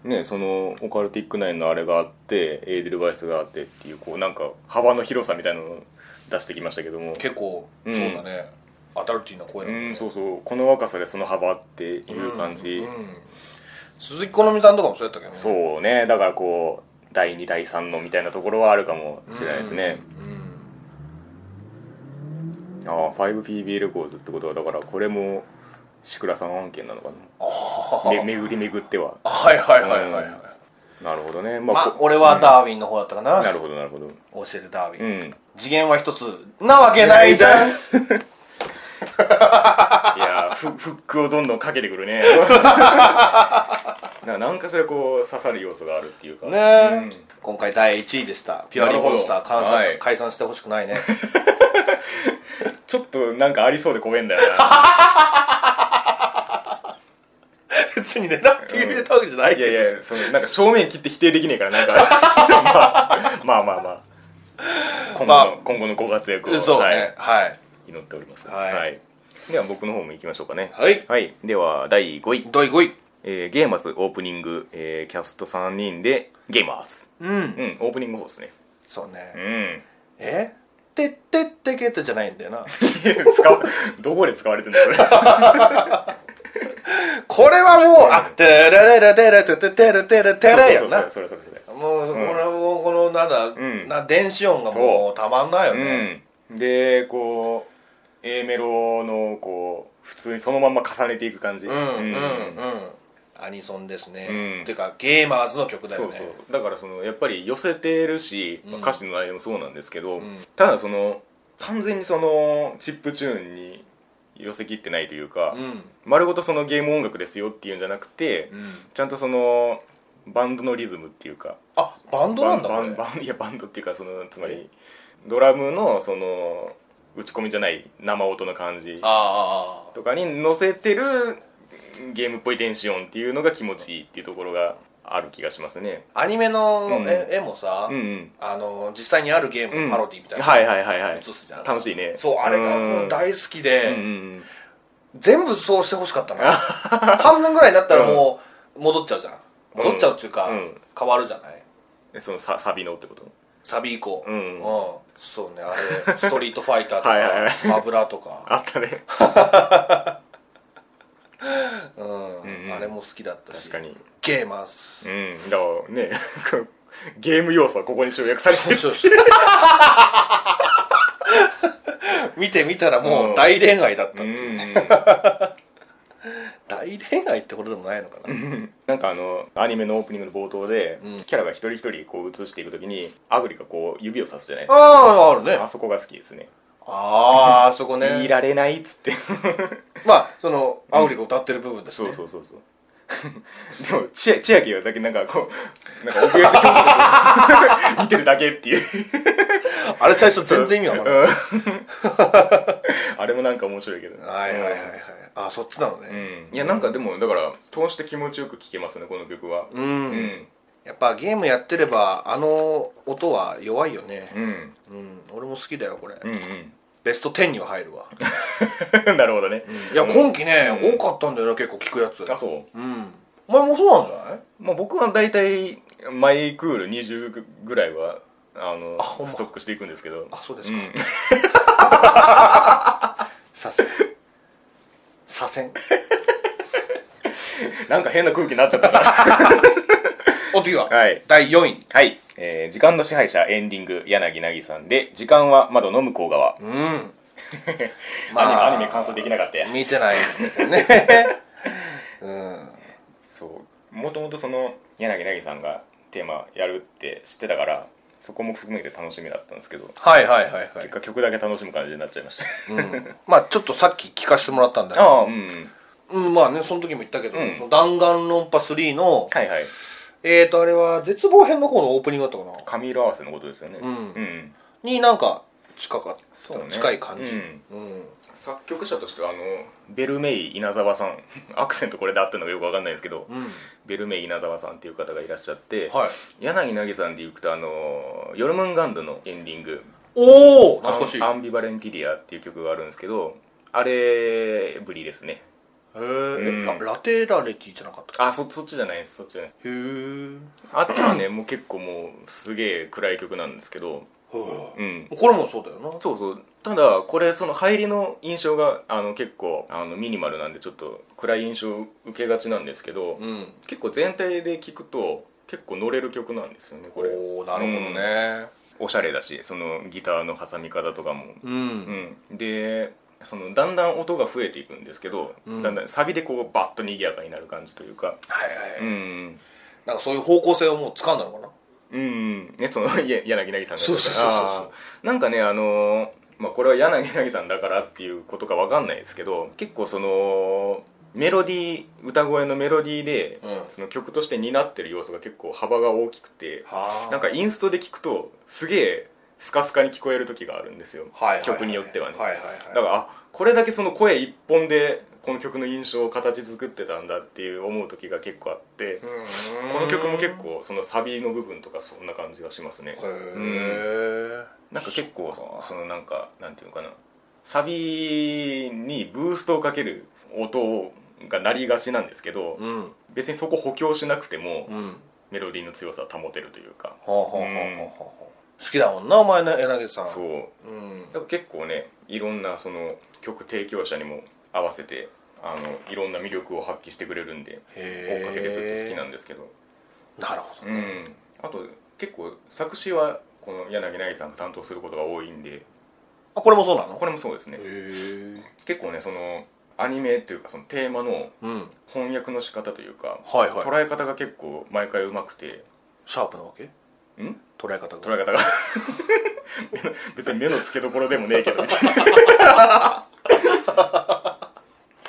Speaker 1: ねそのオカルティックナインのあれがあってエーデルバイスがあってっていうこうなんか幅の広さみたいなのを出してきましたけども
Speaker 2: 結構そう
Speaker 1: うん
Speaker 2: だねアダルティーな声
Speaker 1: う
Speaker 2: なんだね
Speaker 1: んそうそうこの若さでその幅っていう感じ、
Speaker 2: うんうん鈴木好美さんとかもそうやったけどね
Speaker 1: そうねだからこう第2第3のみたいなところはあるかもしれないですね、ああ 5PB レコーズってことはだからこれも志倉さん案件なのかなめ巡り巡っては
Speaker 2: はいはいはいはいはい、
Speaker 1: うんなるほどねまあ、
Speaker 2: まあ
Speaker 1: こ
Speaker 2: 俺はダーウィンの方だったかな、
Speaker 1: なるほどなるほど
Speaker 2: 教えてダーウィ
Speaker 1: う
Speaker 2: ン、
Speaker 1: ん
Speaker 2: 次元は一つなわけないじゃん
Speaker 1: いやーフフックをどんどんかけてくる
Speaker 2: [LAUGHS]
Speaker 1: ねななんかしらこう刺さる要素があるっていうか
Speaker 2: ねえ、今回第1位でしたピュアリモンスタ
Speaker 1: な
Speaker 2: ー
Speaker 1: る
Speaker 2: 関
Speaker 1: ほどは
Speaker 2: 西、
Speaker 1: い
Speaker 2: 解散してほしくないね
Speaker 1: ちょっとなんかありそうで怖えんだよな
Speaker 2: 別にねだって入れたわけじゃない
Speaker 1: い
Speaker 2: けど
Speaker 1: やいやそのなんか正面切って否定できねえからなんか
Speaker 2: [LAUGHS]
Speaker 1: まあまあまあまあ今後の、
Speaker 2: まあ
Speaker 1: 今後のご活躍を、
Speaker 2: そう
Speaker 1: はい
Speaker 2: ねはい
Speaker 1: 祈っております、
Speaker 2: はい
Speaker 1: では僕の方も行きましょうかね
Speaker 2: はい
Speaker 1: では第5位、
Speaker 2: 第5位
Speaker 1: えーゲーマーズオープニング、えーキャスト3人でゲーマーズ
Speaker 2: うん
Speaker 1: うんオープニング方ですね
Speaker 2: そう
Speaker 1: う
Speaker 2: ね
Speaker 1: ん [LAUGHS]
Speaker 2: えてってってけってじゃないんだよな
Speaker 1: 使わどこで使われてんだそれ
Speaker 2: これはもうあてれれれてれてててれてれてれやんな
Speaker 1: それそれそれそれ
Speaker 2: もうこれもこのなんだ
Speaker 1: ん
Speaker 2: な電子音がもうたまんないよね
Speaker 1: うん、でこう A メロのこう普通にそのまんま重ねていく感じ
Speaker 2: うんうんうん
Speaker 1: うん
Speaker 2: アニソンです
Speaker 1: う
Speaker 2: ね
Speaker 1: ん
Speaker 2: てかゲーマーズの曲だ
Speaker 1: そ
Speaker 2: よ
Speaker 1: う
Speaker 2: ね
Speaker 1: そうだからそのやっぱり寄せてるし、まあ
Speaker 2: うん
Speaker 1: 歌詞の内容もそうなんですけど、
Speaker 2: ん
Speaker 1: ただその完全にそのチップチューンに寄せきってないというか、
Speaker 2: うん
Speaker 1: 丸ごとそのゲーム音楽ですよっていうんじゃなくて、
Speaker 2: うん
Speaker 1: ちゃんとそのバンドのリズムっていうか
Speaker 2: あバンドなんだ
Speaker 1: バ
Speaker 2: これ
Speaker 1: ンバン [LAUGHS] バンいやバンドっていうかそのつまりドラムのその打ち込みじゃない生音の感じ
Speaker 2: ああ
Speaker 1: とかに乗せてるゲームっぽい電子音っていうのが気持ちいいっていうところがある気がしますね
Speaker 2: アニメの
Speaker 1: うん
Speaker 2: 絵絵もさ
Speaker 1: うんうん
Speaker 2: あの実際にあるゲームのパロディみたいな
Speaker 1: はいはいはいはい
Speaker 2: 映すじゃん
Speaker 1: 楽しいね
Speaker 2: そうあれがもう大好きで、
Speaker 1: うんうん
Speaker 2: 全部そうしてほし
Speaker 1: [LAUGHS]
Speaker 2: かったな半分ぐらいになったらもう戻っちゃうじゃん戻っちゃうっていうか、
Speaker 1: うん
Speaker 2: 変わるじゃない
Speaker 1: うんそのササビのってこと
Speaker 2: サビ以降
Speaker 1: うん
Speaker 2: そうねあれストリートファイターとか
Speaker 1: はいはいはい
Speaker 2: スマブラとか、
Speaker 1: [LAUGHS] あったね
Speaker 2: うん
Speaker 1: んうん
Speaker 2: あれも好きだったし
Speaker 1: 確かに
Speaker 2: ゲーマーズ
Speaker 1: うんだからね [LAUGHS] ゲーム要素はここに集約されてる
Speaker 2: 見てみたら
Speaker 1: う
Speaker 2: も
Speaker 1: ん
Speaker 2: う大恋愛だった、
Speaker 1: うんうん
Speaker 2: 大恋愛ってことでもないのか
Speaker 1: [LAUGHS]
Speaker 2: な、
Speaker 1: なんかあのアニメのオープニングの冒頭で、
Speaker 2: うん
Speaker 1: キャラが一人一人こう映していくときにアグリがこう指をさすじゃないですか
Speaker 2: あああるね
Speaker 1: あそこが好きですね
Speaker 2: ああそこ
Speaker 1: 言い [LAUGHS]
Speaker 2: ね
Speaker 1: られないっ
Speaker 2: [LAUGHS]
Speaker 1: つって
Speaker 2: まあそのアウリが歌ってる部分です
Speaker 1: そ
Speaker 2: ね
Speaker 1: うそうそうそうでも千千秋はだけなんかこうなんか奥行き表情 [LAUGHS] 見てるだけっていう
Speaker 2: あれ最初全然意味わからない
Speaker 1: [LAUGHS] あれもなんか面白いけどね
Speaker 2: はいはいはいはいあそっちなの
Speaker 1: う
Speaker 2: ね、
Speaker 1: んいやなんかでもだから通して気持ちよく聴けますねこの曲はうんうん
Speaker 2: やっぱゲームやってればあの音は弱いよね
Speaker 1: うん
Speaker 2: うん、俺も好きだよこれ、
Speaker 1: うん
Speaker 2: ベスト10には入るわ
Speaker 1: うん [LAUGHS] なるほどね
Speaker 2: いや今期ね、
Speaker 1: うん
Speaker 2: 多かったんだよな結構聞くやつ
Speaker 1: あそう
Speaker 2: うんお前もそうなんじゃないう
Speaker 1: まあ僕は大体マイクール20ぐらいはあの
Speaker 2: ほんま
Speaker 1: ストックしていくんですけど
Speaker 2: あそうですか、 [LAUGHS] 左遷左遷
Speaker 1: なんか変な空気になっちゃったから
Speaker 2: お次 [LAUGHS] は、
Speaker 1: はい
Speaker 2: 第4位
Speaker 1: はい、えー時間の支配者エンディング柳凪さんで「時間は窓の向こう側」
Speaker 2: うん
Speaker 1: アニメアニメ完走できなかったや
Speaker 2: 見てないね [LAUGHS] うん
Speaker 1: そうもともとその柳凪さんがテーマやるって知ってたからそこも含めて楽しみだったんですけど
Speaker 2: はいはいはいはい
Speaker 1: 結果曲だけ楽しむ感じになっちゃいま
Speaker 2: [LAUGHS]
Speaker 1: した
Speaker 2: まあちょっとさっき聞かせてもらったんだよ、
Speaker 1: ああうん
Speaker 2: うん、まあねその時も言ったけど、
Speaker 1: うん
Speaker 2: その弾丸論破3の、
Speaker 1: はいはい
Speaker 2: えーとあれは絶望編の方のオープニングだったかな
Speaker 1: 髪色合わせのことですよねうんうん
Speaker 2: になんか近かった、
Speaker 1: そうね
Speaker 2: 近い感じ、
Speaker 1: うん
Speaker 2: うん
Speaker 1: 作曲者としてはあのベルメイ稲沢さん [LAUGHS] アクセントこれで合ってるのかよくわかんないんですけど、
Speaker 2: うん
Speaker 1: ベルメイ稲沢さんっていう方がいらっしゃって、
Speaker 2: はい
Speaker 1: 柳凪さんでいうとあの「ヨルムンガンド」のエンディング
Speaker 2: おお
Speaker 1: アン
Speaker 2: 懐かしいへ
Speaker 1: アンビバレンティリア」っていう曲があるんですけどあれぶりですね
Speaker 2: ー
Speaker 1: うん
Speaker 2: えララテラレティじゃなかったっ
Speaker 1: あそそっちじゃないですそっちじゃないです
Speaker 2: けへー
Speaker 1: あっちはねもう結構もうすげえ暗い曲なんですけど
Speaker 2: はあ
Speaker 1: うん
Speaker 2: これもそうだよな
Speaker 1: そうそうただこれその入りの印象があの結構あのミニマルなんでちょっと暗い印象を受けがちなんですけど、
Speaker 2: うん
Speaker 1: 結構全体で聞くと結構乗れる曲なんですよねこれ
Speaker 2: おおなるほどね
Speaker 1: おしゃれだしそのギターの挟み方とかも、
Speaker 2: うん、
Speaker 1: うん、でそのだんだん音が増えていくんですけど、
Speaker 2: うん
Speaker 1: だんだんサビでこうバッと賑やかになる感じというか
Speaker 2: はいはい、
Speaker 1: うん
Speaker 2: なんかそういう方向性をもう掴んだのかな
Speaker 1: うんねそのいや柳凪さんが
Speaker 2: そうそうそうそうそう
Speaker 1: あーなんかねあのーまあ、これは柳凪さんだからっていうことかわかんないですけど結構そのメロディー歌声のメロディーで、
Speaker 2: うん
Speaker 1: その曲として担ってる要素が結構幅が大きくて
Speaker 2: はあ
Speaker 1: なんかインストで聞くとすげえスカスカに聞こえる時があるんですよ、
Speaker 2: はいはいはい
Speaker 1: 曲によってはね、
Speaker 2: はいはいは
Speaker 1: だ
Speaker 2: い
Speaker 1: からあこれだけその声一本でこの曲の印象を形作ってたんだっていう思う時が結構あって、こ
Speaker 2: こ
Speaker 1: の曲も結構そのサビの部分とかそんな感じがしますね
Speaker 2: へえ
Speaker 1: なんか結構そのなんかなんていうのかなサビにブーストをかける音がなりがちなんですけど、
Speaker 2: うんうん
Speaker 1: 別にそこ補強しなくても、
Speaker 2: は
Speaker 1: メロディーの強さを保てるというか
Speaker 2: あはあはあはあはあ好きだもんなお前の柳さん
Speaker 1: そううんだから結構ねいろんなその曲提供者にも合わせてあのいろんな魅力を発揮してくれるんで追っ
Speaker 2: へえ
Speaker 1: かけてずっと好きなんですけど、
Speaker 2: なるほど
Speaker 1: うん
Speaker 2: ね、
Speaker 1: あと結構作詞はこの柳凪さんが担当することが多いんで
Speaker 2: あこれもそうなの
Speaker 1: これもそうですね
Speaker 2: へえ
Speaker 1: 結構ねそのアニメというかそのテーマの
Speaker 2: うん
Speaker 1: 翻訳の仕方というか、
Speaker 2: はいはい
Speaker 1: 捉え方が結構毎回うまくて
Speaker 2: シャープなわけ
Speaker 1: ん
Speaker 2: 捉え方
Speaker 1: 捉
Speaker 2: が
Speaker 1: え
Speaker 2: [LAUGHS]
Speaker 1: 方が目の別に目の付けどころでもねえけどみたいなそう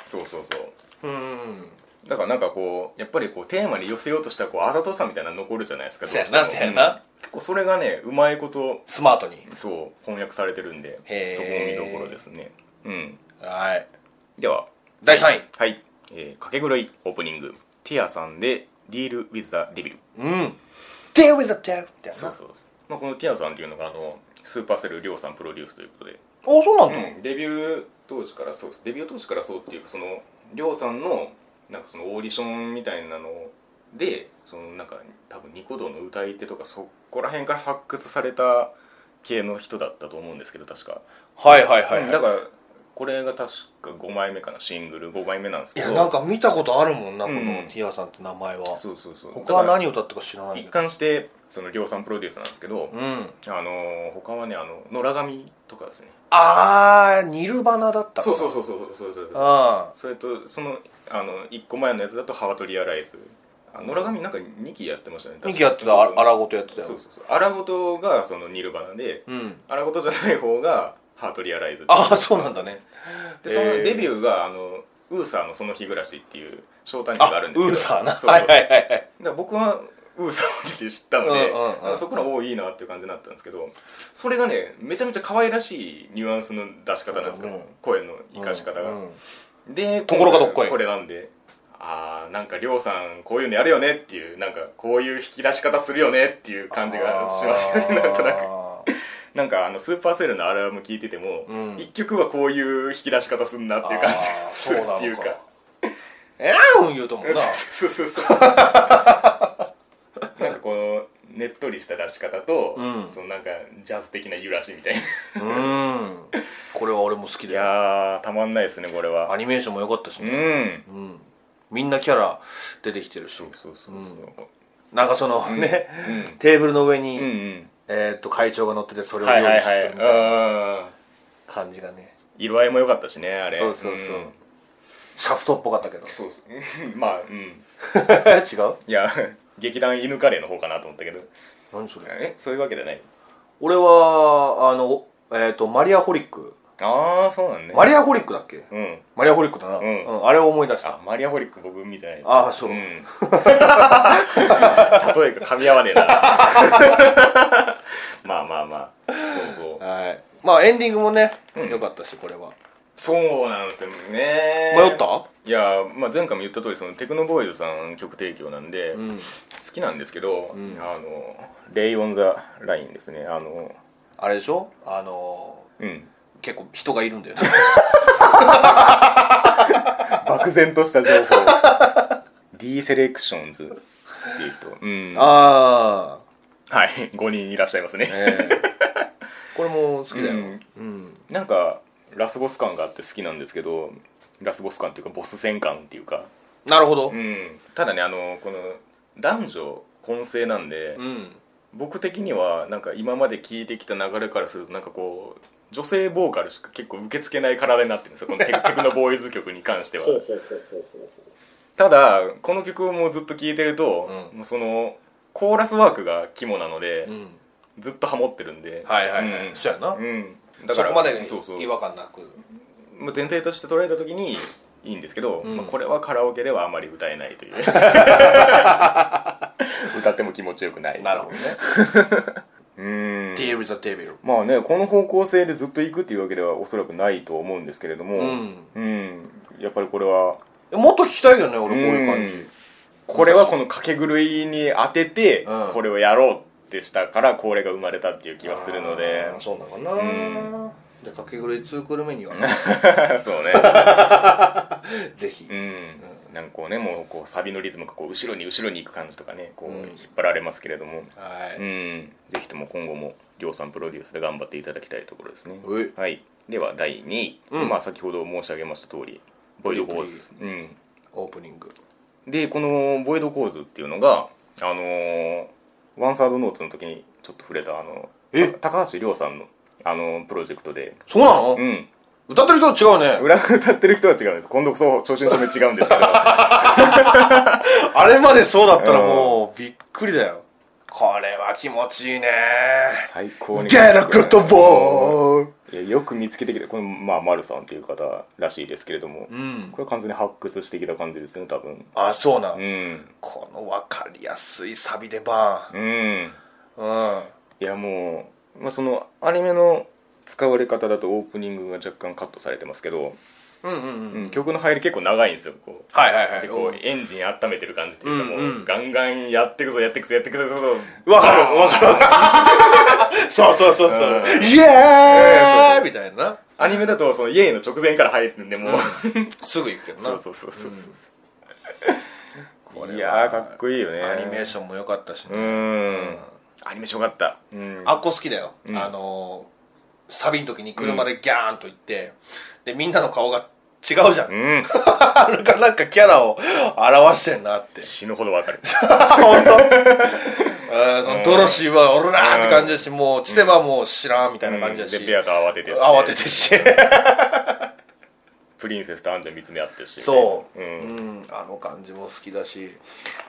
Speaker 1: そうそう
Speaker 2: うん
Speaker 1: だからなんかこうやっぱりこうテーマに寄せようとしたこうあざとさみたいなの残るじゃないですか
Speaker 2: そうやな
Speaker 1: どうしても
Speaker 2: そうやな
Speaker 1: 結構それがねうまいこと
Speaker 2: スマートに
Speaker 1: そう翻訳されてるんでそこ
Speaker 2: へー
Speaker 1: も見どころですねうん
Speaker 2: はい
Speaker 1: では
Speaker 2: 第3位
Speaker 1: はい、えー、かけ狂いオープニングティアさんで「Deal with the Devil
Speaker 2: うん「Deal with the Devil」って」やつ
Speaker 1: そう
Speaker 2: な
Speaker 1: そうそう、まあ、このティアさんっていうのがあのスーパーセルリョウさんプロデュースということで
Speaker 2: あそうなんだ、
Speaker 1: デビュー当時からそうですデビュー当時からそうっていうかその亮さんのなんかそのオーディションみたいなのでそのなんか多分ニコ動の歌い手とかそこら辺から発掘された系の人だったと思うんですけど確か、
Speaker 2: はいはいはい、はい
Speaker 1: だからこれが確か5枚目かなシングル5枚目なんです
Speaker 2: い
Speaker 1: けど
Speaker 2: やなんか見たことあるもんな、
Speaker 1: ん
Speaker 2: このティアさんって名前は
Speaker 1: そうそうそう
Speaker 2: 他は
Speaker 1: だから
Speaker 2: 何歌ったか知らな
Speaker 1: 一
Speaker 2: いけど
Speaker 1: 貫してその亮さんプロデュースなんですけど、
Speaker 2: うん
Speaker 1: あのー他はねあの野良神とかですね
Speaker 2: あーニルバナだったか
Speaker 1: そ
Speaker 2: な
Speaker 1: うそうそうそうそうそうそう
Speaker 2: あ
Speaker 1: それとそのあの1個前のやつだと「ハートリアライズ」あ野良神なんか2期やってましたね
Speaker 2: あミキやってたあアラ
Speaker 1: ゴ
Speaker 2: ゴとやってたよ
Speaker 1: そうそうそうアラゴトがそのニルバナで
Speaker 2: うん
Speaker 1: アラゴトじゃない方が「ハートリアライズ」
Speaker 2: ああそうなんだね
Speaker 1: でその
Speaker 2: へー
Speaker 1: デビューがあのウーサーの「その日暮らし」っていう小短歌があるんですけ
Speaker 2: ウ
Speaker 1: ど
Speaker 2: ーサーな
Speaker 1: そうそう
Speaker 2: はいはいはいはい
Speaker 1: だから僕はウーサーを見て知ったので、
Speaker 2: うんうんうん
Speaker 1: なんかそこら多いいなっていう感じになったんですけどそれがねめちゃめちゃ可愛らしいニュアンスの出し方なんですよ、
Speaker 2: うんうん
Speaker 1: 声の生かし方が、
Speaker 2: うん
Speaker 1: で
Speaker 2: ところがどっこい
Speaker 1: これなんでああなんか亮さんこういうのやるよねっていうなんかこういう引き出し方するよねっていう感じがしますよねなんとなく
Speaker 2: あ
Speaker 1: なんかあのスーパーセルのアルバム聞いてても、
Speaker 2: うん
Speaker 1: 一曲はこういう引き出し方すんなっ
Speaker 2: ー
Speaker 1: ていう感じが
Speaker 2: あー
Speaker 1: するっていう
Speaker 2: そうなの
Speaker 1: か
Speaker 2: かえらーん言うと思うな
Speaker 1: そうそう [LAUGHS] そうなんかこのねっとりした出し方と、
Speaker 2: うん
Speaker 1: そのなんかジャズ的な揺らしみたいな
Speaker 2: うんこれは俺も好き
Speaker 1: い
Speaker 2: だよ
Speaker 1: やーたまんないですねこれは
Speaker 2: アニメーションも良かったし
Speaker 1: う
Speaker 2: ね
Speaker 1: ん
Speaker 2: うんみんなキャラ出てきてるし
Speaker 1: そうそうそうそう
Speaker 2: なんかそのね
Speaker 1: うん
Speaker 2: テーブルの上
Speaker 1: うんう
Speaker 2: に
Speaker 1: ん
Speaker 2: えーっと会長が乗っててそれを
Speaker 1: はい
Speaker 2: 料
Speaker 1: はい
Speaker 2: 理してるみたいな
Speaker 1: はいうん
Speaker 2: 感じがね
Speaker 1: 色合いも良かったしねあれ
Speaker 2: そうそうそうんシャフトっぽかったけど
Speaker 1: そうそう [LAUGHS] まあうん
Speaker 2: 違う
Speaker 1: いや [LAUGHS] 劇団犬カレーの方かなと思ったけど
Speaker 2: 何それ
Speaker 1: えそういうわけじゃない
Speaker 2: 俺はあのえっ、とマリアホリック
Speaker 1: ああそうなんね
Speaker 2: マリアホリックだっけ
Speaker 1: うん
Speaker 2: マリアホリックだな、うんんあれを思い出し
Speaker 1: あ
Speaker 2: た
Speaker 1: マリアホリック僕見てないです
Speaker 2: ああそう、
Speaker 1: うん [LAUGHS] 例えが噛み合わねえな [LAUGHS] まあまあまあそうそう
Speaker 2: はいまあエンディングもね、よかったしこれは
Speaker 1: そうなんですよね
Speaker 2: 迷った
Speaker 1: いや、まあ、前回も言った通りそのテクノボーイズさん曲提供なんで、
Speaker 2: うん
Speaker 1: 好きなんですけど、あのレイオンザラインですねあの
Speaker 2: あれでしょあの
Speaker 1: うん
Speaker 2: ー結構人がいるんだよね
Speaker 1: 漠然とした情 [LAUGHS] 報 D セレクションズっていう人うん
Speaker 2: ああ
Speaker 1: はい5人いらっしゃいますね、
Speaker 2: ええこれも好きだ
Speaker 1: う
Speaker 2: よ、う
Speaker 1: んんなんかラスボス感があって好きなんですけどラスボス感っていうかボス戦感っていうか
Speaker 2: なるほど
Speaker 1: うんただねあのこの男女混成なんで、
Speaker 2: うん
Speaker 1: 僕的にはなんか今まで聞いてきた流れからするとなんかこう女性ボーカルしか結構受け付けない体になってるんですよこのテ
Speaker 2: [LAUGHS]
Speaker 1: クテクノボーイズ曲に関しては
Speaker 2: ほうほうほうほ
Speaker 1: ただこの曲をもうずっと聴いてると、
Speaker 2: うん
Speaker 1: もうそのコーラスワークが肝なので、
Speaker 2: ううん
Speaker 1: ずっとハモってるんで
Speaker 2: はいはいはい、
Speaker 1: うん
Speaker 2: そうやな、
Speaker 1: うん
Speaker 2: そこまで
Speaker 1: そうそう
Speaker 2: 違和感なく
Speaker 1: まあ全体として捉えた時にいいんですけど、
Speaker 2: ん
Speaker 1: まあ、これはカラオケではあまり歌え
Speaker 2: [LAUGHS]
Speaker 1: ないという歌っても気持ちよくない
Speaker 2: なるほどね
Speaker 1: うん
Speaker 2: 「Deal with the Devil
Speaker 1: まあねこの方向性でずっと行くっていうわけではおそらくないと思うんですけれども
Speaker 2: うん
Speaker 1: うんやっぱりこれは
Speaker 2: もっと聞きたいよね俺こういう感
Speaker 1: うん
Speaker 2: じ
Speaker 1: これはこの掛け狂いに当てて、
Speaker 2: うん
Speaker 1: これをやろうってしたからこれが生まれたっていう気がするので
Speaker 2: あーそうなのかな、
Speaker 1: うん
Speaker 2: でかけぐれ2クール目 [LAUGHS] には
Speaker 1: [LAUGHS] そうね
Speaker 2: [LAUGHS] ぜひ、
Speaker 1: うんなんかこうねもうこうサビのリズムがこう後ろに後ろに行く感じとかねこう
Speaker 2: うん
Speaker 1: 引っ張られますけれども、
Speaker 2: は
Speaker 1: う
Speaker 2: い、
Speaker 1: ん、ぜひとも今後も量産プロデュースで頑張っていただきたいところですね
Speaker 2: うい
Speaker 1: はいでは第2位、
Speaker 2: うん
Speaker 1: まあ、先ほど申し上げました通りボイドコーズ、うん、
Speaker 2: オープニング
Speaker 1: でこのボイドコーズっていうのがあのーワンサードノーツの時にちょっと触れたあの
Speaker 2: え
Speaker 1: た高橋亮さんのあのプロジェクトで、
Speaker 2: そうなの、
Speaker 1: うん、
Speaker 2: 歌ってる人と違うね
Speaker 1: 裏歌ってる人は違うんです今度こそ調子の染め違うんですけど
Speaker 2: あれまでそうだったらもうびっくりだよこれは気持ちいいね
Speaker 1: [LAUGHS] 最高に
Speaker 2: ゲラクトボーイ
Speaker 1: いやよく見つけてきたこの、まあ、丸さんっていう方らしいですけれども、
Speaker 2: うん
Speaker 1: これ完全に発掘してきた感じですね多分
Speaker 2: あそうな、
Speaker 1: うんん
Speaker 2: この分かりやすいサビでバ
Speaker 1: うん
Speaker 2: ーンうん
Speaker 1: いやもう、まあ、そのアニメの使われ方だとオープニングが若干カットされてますけど、
Speaker 2: うんうんうん
Speaker 1: うん曲の入り結構長いんですよこう
Speaker 2: はいはいはい
Speaker 1: でこうエンジン温めてる感じっていうか、
Speaker 2: うんうん
Speaker 1: もうガンガンやってくぞやってくぞやってくぞ
Speaker 2: わかるわかるそうそうそうそう、
Speaker 1: うん
Speaker 2: イエーイみたいな
Speaker 1: アニメだとそのイエーイの直前から入るんでもう、
Speaker 2: すぐ行くけどな
Speaker 1: そうそうそうそうそう、
Speaker 2: これはい
Speaker 1: やーかっこいいよね
Speaker 2: アニメーションも良かったし
Speaker 1: う
Speaker 2: ね、
Speaker 1: ん、アニメーションよかった、うん、
Speaker 2: あっこ好きだよ、
Speaker 1: ん
Speaker 2: あのーサビの時に車でギャーンと行って、でみんなの顔が違うじゃん、
Speaker 1: うん
Speaker 2: あれが [LAUGHS] なんかキャラを表してんなって
Speaker 1: 死ぬほどわかる
Speaker 2: [LAUGHS] 本当あーそのドロシーはオラーって感じだし、もうチセバもう知らんみたいな感じだし、
Speaker 1: でペアと慌ててして
Speaker 2: 慌ててし
Speaker 1: プリンセスとアンジェ見つめ合ってるし
Speaker 2: そう、
Speaker 1: うん
Speaker 2: うんあの感じも好きだし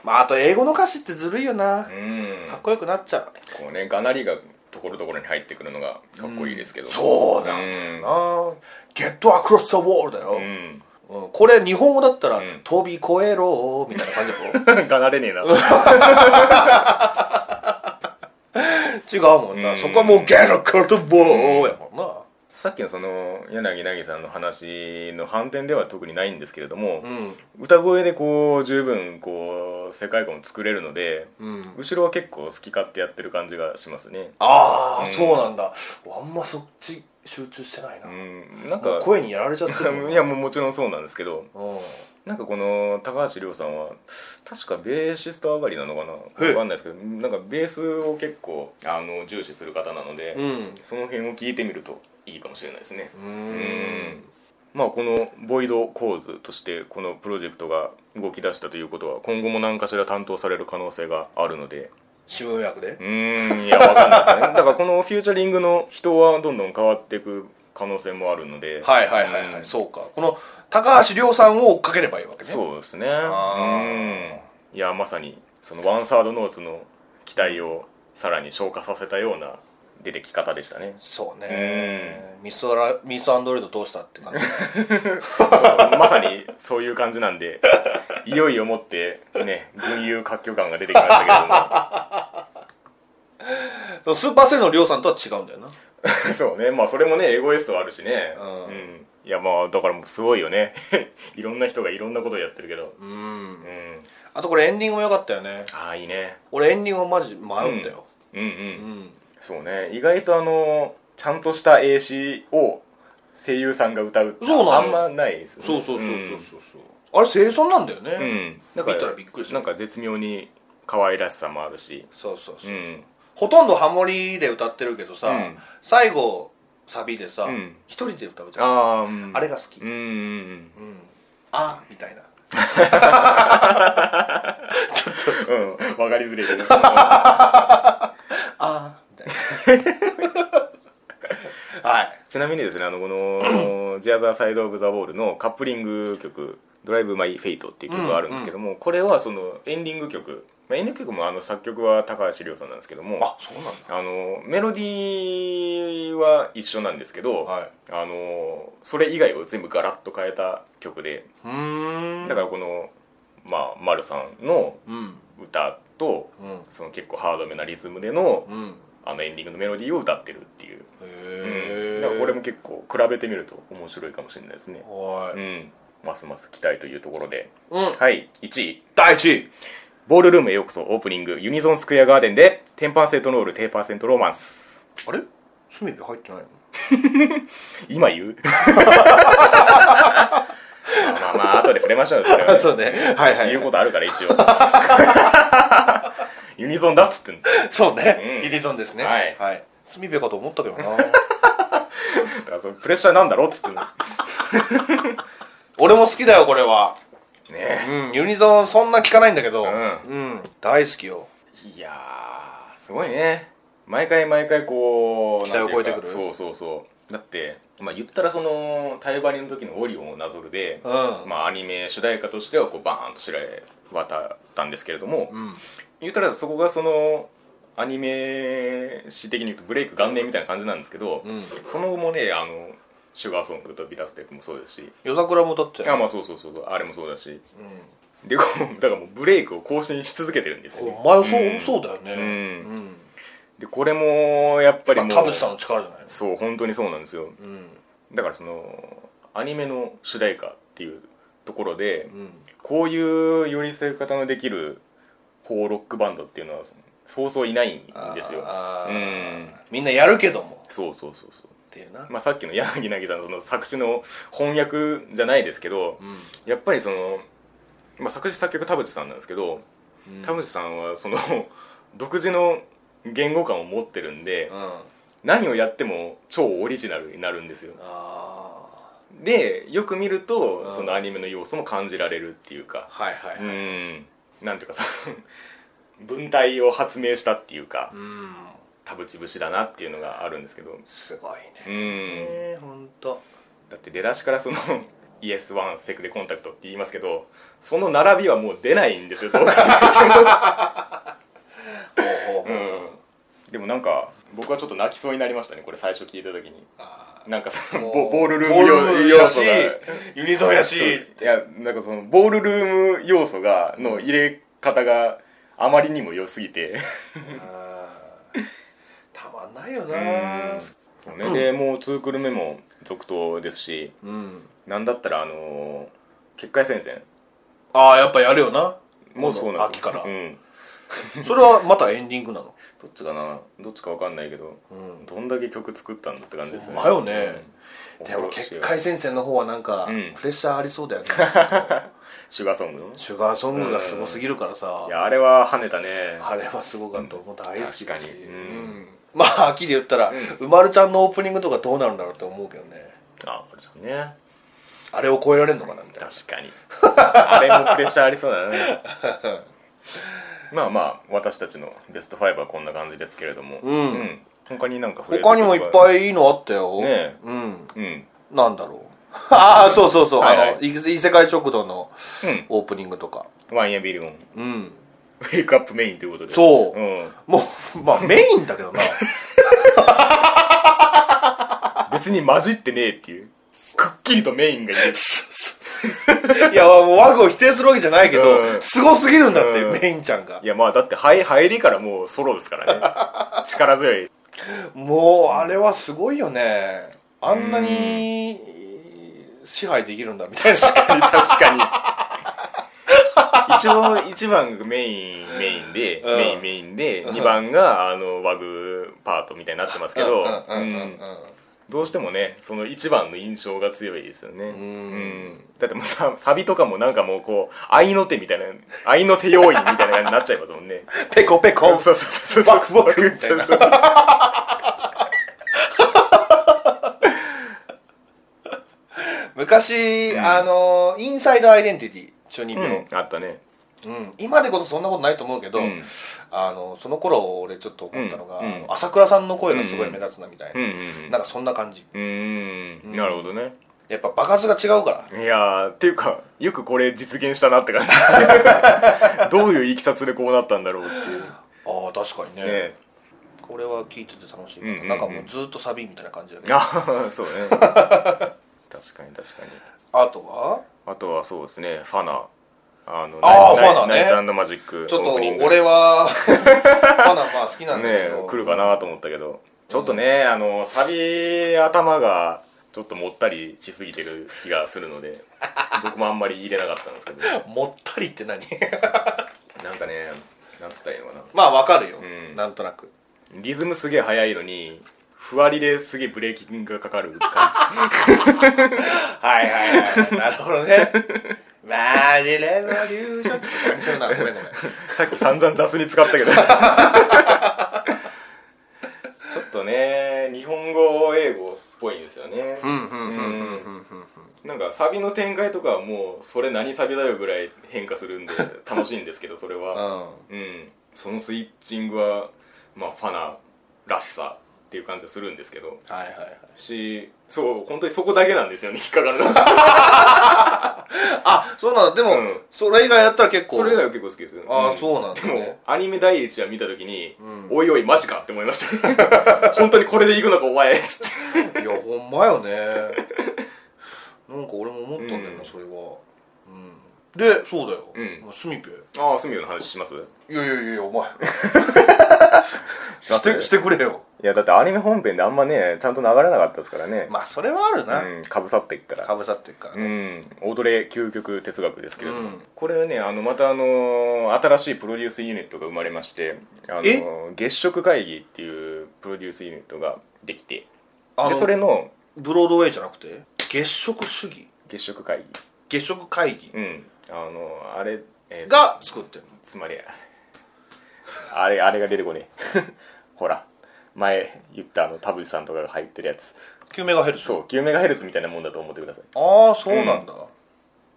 Speaker 2: まああと英語の歌詞ってずるいよな、
Speaker 1: うん
Speaker 2: かっこよくなっちゃう
Speaker 1: こうねがなりがところどころに入ってくるのがかっこいいですけど、
Speaker 2: そうなんだよな「ゲットアクロス・ザ・ウォール」だよ
Speaker 1: う、ん [LAUGHS]
Speaker 2: うんこれ日本語だったら「飛び越えろ」みたいな感じだろ
Speaker 1: がなれねえな
Speaker 2: 違 [LAUGHS] うもんな、そこはもう「ゲットアクロス・ザ・ウォール」やもんな
Speaker 1: さっきのその柳凪さんの話の反転では特にないんですけれども、
Speaker 2: うん
Speaker 1: 歌声でこう十分こう世界観を作れるので、
Speaker 2: うん
Speaker 1: 後ろは結構好き勝手やってる感じがしますね
Speaker 2: ああ、そうなんだあんまそっち集中してないな、
Speaker 1: うんなん
Speaker 2: も
Speaker 1: か
Speaker 2: う声にやられちゃってるも
Speaker 1: [LAUGHS]
Speaker 2: ん
Speaker 1: いやもうもちろんそうなんですけど
Speaker 2: うん
Speaker 1: なんかこの高橋亮さんは確かベーシスト上がりなのかな
Speaker 2: へえ
Speaker 1: 分かんないですけどなんかベースを結構あの重視する方なので、
Speaker 2: うん
Speaker 1: その辺を聞いてみるといいかもしれないですね
Speaker 2: う
Speaker 1: うんまあこのボイド構図としてこのプロジェクトが動き出したということは今後も何かしら担当される可能性があるので
Speaker 2: 渋谷役で
Speaker 1: うーんいや分かんないですねだからこのフューチャリングの人はどんどん変わっていく可能性もあるので
Speaker 2: はいはいはいはい、
Speaker 1: うん
Speaker 2: そうかこの高橋亮さんを追っかければいいわけね
Speaker 1: そうですね
Speaker 2: あ
Speaker 1: うんいやまさにそのワンサードノーツの期待をさらに消化させたような出てき方で [LAUGHS] したね
Speaker 2: そうね、ミスアラミスアンドレイドどうしたって感じ
Speaker 1: そうまさにそういう感じなんでいよいよもってね群雄割拠感が出てきましたけれ
Speaker 2: スーパーセルの亮さんとは違うんだよ
Speaker 1: [LAUGHS]
Speaker 2: な
Speaker 1: どもそうねまあそれもねエゴイストあるしね
Speaker 2: うん
Speaker 1: んいやまあだからもうすごいよね [LAUGHS] いろんな人がいろんなことをやってるけど
Speaker 2: う
Speaker 1: うんん
Speaker 2: あとこれエンディングも良かったよね
Speaker 1: ああいいね
Speaker 2: 俺エンディングマジ迷うんだよ、
Speaker 1: うんうん、
Speaker 2: うん
Speaker 1: そうね意外とあのちゃんとした英詞を声優さんが歌うって
Speaker 2: そうなのよ
Speaker 1: あんまないですよね
Speaker 2: そうそうそうそうそうそう、あれ生産なんだよね、
Speaker 1: うん、うん、
Speaker 2: だから見たらびっくりする
Speaker 1: なんか絶妙に可愛らしさもあるし
Speaker 2: そうそうそう、
Speaker 1: うん
Speaker 2: ほとんどハモリで歌ってるけどさ、
Speaker 1: うん
Speaker 2: 最後サビでさ、
Speaker 1: ん
Speaker 2: 一人で歌うじゃんあ,、
Speaker 1: あー、うん、
Speaker 2: れが好き、
Speaker 1: うんうん
Speaker 2: うんあみたいな
Speaker 1: うんうん分かりづらいけ
Speaker 2: [LAUGHS]
Speaker 1: ど
Speaker 2: あみたいな [LAUGHS] はい
Speaker 1: ちなみにですねあのこ
Speaker 2: [LAUGHS]
Speaker 1: の「ジアザーサイド・オブ・ザ・ウォール」のカップリング曲「ドライブ・マイ・フェイト」っていう曲があるんですけども、これはそのエンディング曲、まあ、エンディング曲もあの作曲は高橋亮さんなんですけども
Speaker 2: あそうなんだ
Speaker 1: あのメロディーは一緒なんですけど、
Speaker 2: はい
Speaker 1: あのそれ以外を全部ガラッと変えた曲で
Speaker 2: うーん
Speaker 1: だからこの、まあ、丸さんの
Speaker 2: うん
Speaker 1: 歌と、
Speaker 2: うん
Speaker 1: その結構ハードめなリズムでの,、
Speaker 2: うん
Speaker 1: あのエンディングのメロディーを歌ってるっていう、
Speaker 2: へえ
Speaker 1: だからこれも結構比べてみると面白いかもしれないですね、
Speaker 2: は
Speaker 1: う
Speaker 2: い
Speaker 1: ん、ますます期待というところで、
Speaker 2: うん
Speaker 1: はい1位
Speaker 2: 第1位
Speaker 1: ボールルームへようこそオープニングユニゾンスクエアガーデンで10%ノールテーパーセントローマンス
Speaker 2: あれスミビ入ってないの
Speaker 1: 今言う [LAUGHS] まあまあ、まあ後で触れましょうよそれは
Speaker 2: あ [LAUGHS] そうねはいはい、
Speaker 1: 言う
Speaker 2: は
Speaker 1: こ
Speaker 2: い、
Speaker 1: とあるから一応 [LAUGHS] ユニゾンだっつってんの
Speaker 2: そうね、
Speaker 1: うん
Speaker 2: ユニゾンですね
Speaker 1: はい
Speaker 2: スミベかと思ったけどな
Speaker 1: だからそのプレッシャーなんだろっつってんのね
Speaker 2: [LAUGHS] 俺も好きだよこれは
Speaker 1: え、
Speaker 2: うんユニゾンそんな聞かないんだけどうん大好きよ
Speaker 1: いやーすごいね毎回毎回こう
Speaker 2: 期待を超えてくる
Speaker 1: なんいうかそうそうそうだってまあ言ったらそのタイバリの時のオリオンをなぞるで、
Speaker 2: うん、
Speaker 1: まあアニメ主題歌としてはこうバーンと知られ渡ったんですけれども、
Speaker 2: うん
Speaker 1: 言ったらそこがそのアニメ史的に言うとブレイク元年みたいな感じなんですけど、
Speaker 2: うん
Speaker 1: その後もねあのシュガーソングとビタステップもそうですし
Speaker 2: 夜桜も歌ってた
Speaker 1: あ
Speaker 2: よ
Speaker 1: まあそうそうそうそうあれもそうだし、でこうだからもうブレイクを更新し続けてるんですよね
Speaker 2: お前そう、そうだよね
Speaker 1: うん
Speaker 2: うん
Speaker 1: でこれもやっぱり
Speaker 2: まあ
Speaker 1: もう
Speaker 2: 田淵さんの力じゃないの
Speaker 1: そう本当にそうなんですよ
Speaker 2: うん
Speaker 1: だからそのアニメの主題歌っていうところで、
Speaker 2: うん
Speaker 1: こういう寄り添い方のできるフォーロックバンドっていうのはそうそういないんですよ
Speaker 2: あ
Speaker 1: う
Speaker 2: ー
Speaker 1: ん
Speaker 2: みんなやるけども
Speaker 1: そうそうそうそう
Speaker 2: っていうな、
Speaker 1: まあさっきの柳凪さんのその作詞の翻訳じゃないですけど、
Speaker 2: うん
Speaker 1: やっぱりその、まあ、作詞作曲田淵さんなんですけど、田淵さんはその [LAUGHS] 独自の言語感を持ってるんで、
Speaker 2: うんあ
Speaker 1: 何をやっても超オリジナルになるんですよ
Speaker 2: あ
Speaker 1: でよく見ると、
Speaker 2: うん
Speaker 1: そのアニメの要素も感じられるっていうか
Speaker 2: はいはいうはい
Speaker 1: んなんていうかその文体を発明したっていうか
Speaker 2: うん
Speaker 1: 田淵節だなっていうのがあるんですけど
Speaker 2: すごいね
Speaker 1: うん
Speaker 2: ええほんと
Speaker 1: だって出だしからその [LAUGHS] 「イエスワンセクレコンタクト」って言いますけどその並びはもう出ないんですよどう考えて
Speaker 2: ほうほうほ
Speaker 1: も
Speaker 2: う
Speaker 1: うん [LAUGHS] でもなんか僕はちょっと泣きそうになりましたねこれ最初聞いた時に
Speaker 2: あ
Speaker 1: なんかその
Speaker 2: ー
Speaker 1: ボボールルー
Speaker 2: ボ
Speaker 1: ム要
Speaker 2: ー
Speaker 1: 要
Speaker 2: や
Speaker 1: 素
Speaker 2: し
Speaker 1: が
Speaker 2: ユニゾンやし
Speaker 1: いやなんかそのボールルーム要素がの入れ方があまりにも良すぎて
Speaker 2: あーたまんないよな
Speaker 1: それでもう2クル目も続投ですし
Speaker 2: うん
Speaker 1: なんだったらあのー結界戦線
Speaker 2: ああやっぱやるよな
Speaker 1: もうそうなんですよ
Speaker 2: この秋から
Speaker 1: うん、
Speaker 2: それはまたエンディングなの
Speaker 1: どっちかなどっちかわかんないけど、
Speaker 2: うん
Speaker 1: どんだけ曲作ったんだって感じです
Speaker 2: ほんまよね
Speaker 1: うん
Speaker 2: で
Speaker 1: 恐
Speaker 2: も
Speaker 1: ろしい
Speaker 2: 結界戦線の方はなんか
Speaker 1: うん
Speaker 2: プレッシャーありそうだよね
Speaker 1: シュガーソングの
Speaker 2: シュガーソングがすごすぎるからさ
Speaker 1: いやあれは跳ねたね
Speaker 2: あれはすごかったもう大好きだし
Speaker 1: 確かにうん
Speaker 2: うんまあ秋で言ったらうまるちゃんのオープニングとかどうなるんだろうって思うけどね
Speaker 1: あこれちゃんね
Speaker 2: あれを超えられるのかなみたいな
Speaker 1: 確かに [LAUGHS] あれもプレッシャーありそう
Speaker 2: [LAUGHS]
Speaker 1: だねまあまあ私たちのベスト5はこんな感じですけれどもうん他になんか触れる
Speaker 2: 他にもいっ
Speaker 1: い
Speaker 2: ぱいいいのあったよ
Speaker 1: ねえ
Speaker 2: うん
Speaker 1: うんうん
Speaker 2: なんだろう [LAUGHS] ああそうそうそう
Speaker 1: はいはい
Speaker 2: あのい異世界食堂のオープニングとか
Speaker 1: ワンエビリオン
Speaker 2: うん
Speaker 1: ウェイクアップメインということで
Speaker 2: そう
Speaker 1: うん、
Speaker 2: もう
Speaker 1: [LAUGHS]
Speaker 2: まあメインだけどな
Speaker 1: 別に混じってねえっていうくっきりとメインがいる
Speaker 2: いやもうワグを否定するわけじゃないけ
Speaker 1: う
Speaker 2: ど
Speaker 1: ん
Speaker 2: すごすぎるんだって
Speaker 1: うん
Speaker 2: メインちゃんが
Speaker 1: いやまあだって入入りからもうソロですからね力強い
Speaker 2: もうあれはすごいよねあんなに支配できるんだみた
Speaker 1: [LAUGHS]
Speaker 2: いな
Speaker 1: 確かに一応1番がメインメインで、
Speaker 2: うん
Speaker 1: メインメインで2番があのワグパートみたいになってますけど
Speaker 2: うんうんうん
Speaker 1: うんどうしてもねその1番の印象が強いですよねうんだってもうさサビとかもなんかもうこう愛の手みたいな愛の手要因みたいな感じになっちゃいますも
Speaker 2: [LAUGHS]
Speaker 1: んね
Speaker 2: ペコペコ
Speaker 1: そうそうそうそう
Speaker 2: ワクワクみたいな
Speaker 1: そうそうそう
Speaker 2: 昔、あのインサイドアイデンティティ中二
Speaker 1: う
Speaker 2: 病、
Speaker 1: んあったね
Speaker 2: うん今でこそそんなことないと思うけど、
Speaker 1: うん
Speaker 2: あのその頃俺ちょっと思ったのが、
Speaker 1: うんうん
Speaker 2: あの朝倉さんの声がすごい目立つなみたいな、
Speaker 1: うんうんうん
Speaker 2: なんかそんな感じ
Speaker 1: うーんなるほどね
Speaker 2: やっぱ場数が違うから
Speaker 1: いやーっていうかよくこれ実現したなって感
Speaker 2: [LAUGHS]
Speaker 1: じですどういういきさつでこうなったんだろうっていうね
Speaker 2: ああ確かにね
Speaker 1: え
Speaker 2: これは聞いてて楽しいかな,、
Speaker 1: うんうんうん
Speaker 2: なんかもうずっとサビみたいな感じだけど
Speaker 1: ああそうね確かに確かに
Speaker 2: あとは
Speaker 1: あとはそうですねファナあの
Speaker 2: あー
Speaker 1: ナイ
Speaker 2: ファナね
Speaker 1: ナイナイツマジック
Speaker 2: ちょっ
Speaker 1: オ
Speaker 2: と
Speaker 1: ープニング
Speaker 2: 俺は [LAUGHS] まだまあ好きなんだけ
Speaker 1: ね
Speaker 2: ど、
Speaker 1: 来るかなと思ったけどちょっとねあのサビ頭がちちょっともったりしすぎてる気がするので僕もあんまり入れなかったんです
Speaker 2: [LAUGHS]
Speaker 1: けど
Speaker 2: もったりって何 [LAUGHS]
Speaker 1: なんかねなんつったらいいのかな
Speaker 2: まあわかるよ、
Speaker 1: ん
Speaker 2: なんとなく
Speaker 1: リズムすげえ速いのにふわりですげえブレーキングがかかる感じ
Speaker 2: はいはいはいなるほどねまあでレボリューションって感じするなごめんごめん
Speaker 1: さっき散々雑に使ったけどちょっとね日本語英語っぽいんですよね
Speaker 2: うんうんうんうんうん
Speaker 1: なんかサビの展開とかはもうそれ何サビだよぐらい変化するんで楽しいんですけどそれは
Speaker 2: うん
Speaker 1: うんそのスイッチングはまあファナらしさっていう感じはするんですけど
Speaker 2: はいはいはい
Speaker 1: しそう本当にそこだけなんですよね引っかかるの
Speaker 2: あそうなんだでも、
Speaker 1: うん
Speaker 2: それ以外やったら結構
Speaker 1: それ以外は結構好きですけど
Speaker 2: ああ、
Speaker 1: ん
Speaker 2: そうなんだ
Speaker 1: で
Speaker 2: ね
Speaker 1: もアニメ第一話見た時に、
Speaker 2: ん
Speaker 1: おいおいマジかって思いました [LAUGHS] 本当にこれでいくのかお
Speaker 2: [LAUGHS]
Speaker 1: 前っつって
Speaker 2: いやほんまよねなんか俺も思ったんだよな、
Speaker 1: うん
Speaker 2: それは、うん、でそうだよ、
Speaker 1: うん
Speaker 2: もうスミペ
Speaker 1: ああスミオの話しますい
Speaker 2: いやいやいやお前
Speaker 1: します
Speaker 2: てくれよ
Speaker 1: やだってアニメ本編であんまねちゃんと流れなかったですからね、
Speaker 2: まあそれはあるな、
Speaker 1: うん、かぶさっていったら
Speaker 2: かぶさってるから
Speaker 1: う
Speaker 2: ね、
Speaker 1: ん、オードレー究極哲学ですけれども、
Speaker 2: うん
Speaker 1: これねあのまた、あの新しいプロデュースユニットが生まれまして、あの
Speaker 2: え
Speaker 1: 月食会議っていうプロデュースユニットができて
Speaker 2: あ
Speaker 1: で
Speaker 2: の
Speaker 1: それの
Speaker 2: ブロードウェイじゃなくて月食主義
Speaker 1: 月食会
Speaker 2: 月食会議
Speaker 1: 議、うん、あのあれ、えー
Speaker 2: が作ってるの
Speaker 1: つまりあれあれが出てこねえ [LAUGHS] ほら前言ったあの田淵さんとかが入ってるやつ
Speaker 2: 9メガヘルツ
Speaker 1: そう9メガヘルツみたいなもんだと思ってくださ
Speaker 2: ああそうなんだ、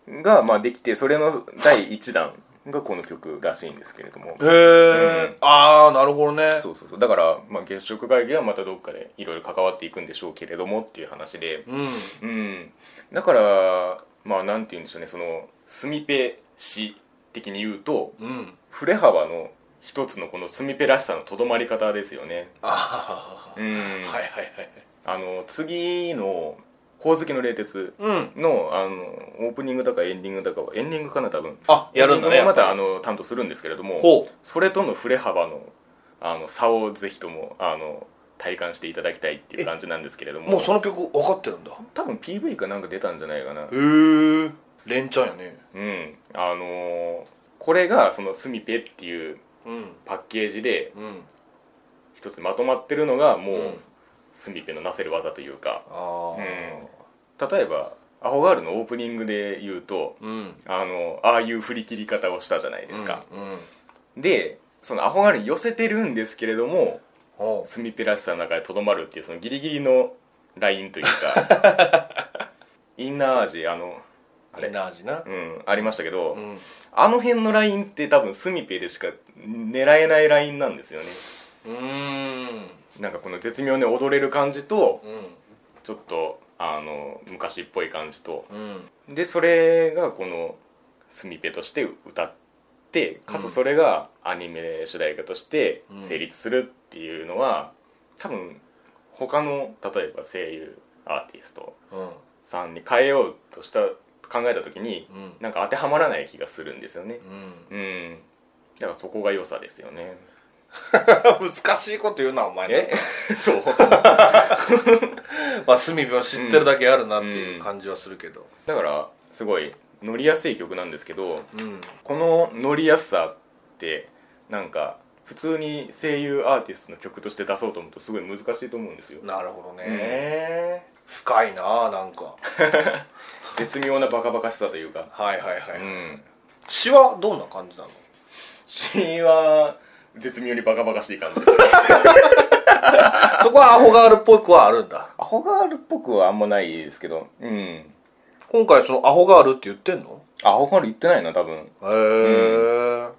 Speaker 1: いが、まあ、できてそれの第1弾がこの曲らしいんですけれども
Speaker 2: へえ、ああなるほどね
Speaker 1: そうそうそうだから、まあ、月食会議はまたどっかでいろいろ関わっていくんでしょうけれどもっていう話で
Speaker 2: う
Speaker 1: う
Speaker 2: ん
Speaker 1: んだからまあなんて言うんでしょうねそのスミペ氏的に言うと
Speaker 2: うん
Speaker 1: 振れ幅の一つのこのスミペらしさのとどまり方ですよね
Speaker 2: ああ、
Speaker 1: うん、
Speaker 2: はいはいはい
Speaker 1: あの次の「ほおずきの冷徹
Speaker 2: うん
Speaker 1: の」あのオープニングだかエンディングだかはエンディングかな多分
Speaker 2: あやるんだね
Speaker 1: エンディングもまた
Speaker 2: や
Speaker 1: あ
Speaker 2: っ
Speaker 1: の担当するんですけれども
Speaker 2: ほう
Speaker 1: それとの振れ幅のあの差をぜひともあの体感していただきたいっていう感じなんですけれども
Speaker 2: もうその曲分かってるんだ
Speaker 1: 多分 PV かなんか出たんじゃないかな
Speaker 2: へえレンチャンやね
Speaker 1: うんあのーこれがそのスミペっていう
Speaker 2: うん
Speaker 1: パッケージで
Speaker 2: うん
Speaker 1: 一つまとまってるのがもう、
Speaker 2: うん
Speaker 1: スミペのなせる技というか
Speaker 2: あ
Speaker 1: 例えば「アホガール」のオープニングで言うと
Speaker 2: あうん
Speaker 1: あのああいう振り切り方をしたじゃないですか、
Speaker 2: うんうん
Speaker 1: でそのアホガールに寄せてるんですけれども
Speaker 2: ほ
Speaker 1: スミペらしさの中でとどまるっていうそのギリギリのラインというか
Speaker 2: [LAUGHS]
Speaker 1: インナー味あのあ
Speaker 2: う
Speaker 1: れ
Speaker 2: イナージな
Speaker 1: うんありましたけど、
Speaker 2: うん
Speaker 1: あの辺のラインって多分スミペでしか狙えないラインなんですよね
Speaker 2: うーん
Speaker 1: なんかこの絶妙に踊れる感じと
Speaker 2: うん
Speaker 1: ちょっとあの昔っぽい感じと
Speaker 2: うん
Speaker 1: でそれがこのスミペとして歌ってかつそれがアニメ主題歌として成立するっていうのは、多分他の例えば声優アーティスト
Speaker 2: うん
Speaker 1: さんに変えようとした考えた時に、
Speaker 2: うん
Speaker 1: なんか当てはまらない気がするんですよね
Speaker 2: うん
Speaker 1: うんだからそこが良さですよね
Speaker 2: [LAUGHS] 難しいこと言うなお前 [LAUGHS]
Speaker 1: え [LAUGHS] そう
Speaker 2: まあスミピは知ってるだけあるなっていう感じはするけど
Speaker 1: だからすごい乗りやすい曲なんですけど
Speaker 2: うん
Speaker 1: この乗りやすさってなんか普通に声優アーティストの曲として出そうと思うとすごい難しいと思うん [LAUGHS] ですよ
Speaker 2: なるほど
Speaker 1: ね
Speaker 2: ね深いなあなんか
Speaker 1: 絶妙なバカバカしさというか
Speaker 2: はいはいは
Speaker 1: う
Speaker 2: い
Speaker 1: ん
Speaker 2: 詩はどんな感じなの [LAUGHS]
Speaker 1: 詩は絶妙にバカバカしい感じ
Speaker 2: そこはアホガールっぽくはあるんだ
Speaker 1: [LAUGHS] アホガールっぽくはあんまないですけどうん
Speaker 2: 今回そのアホガールって言ってんの
Speaker 1: アホガール言ってないな多分
Speaker 2: へえ、
Speaker 1: あ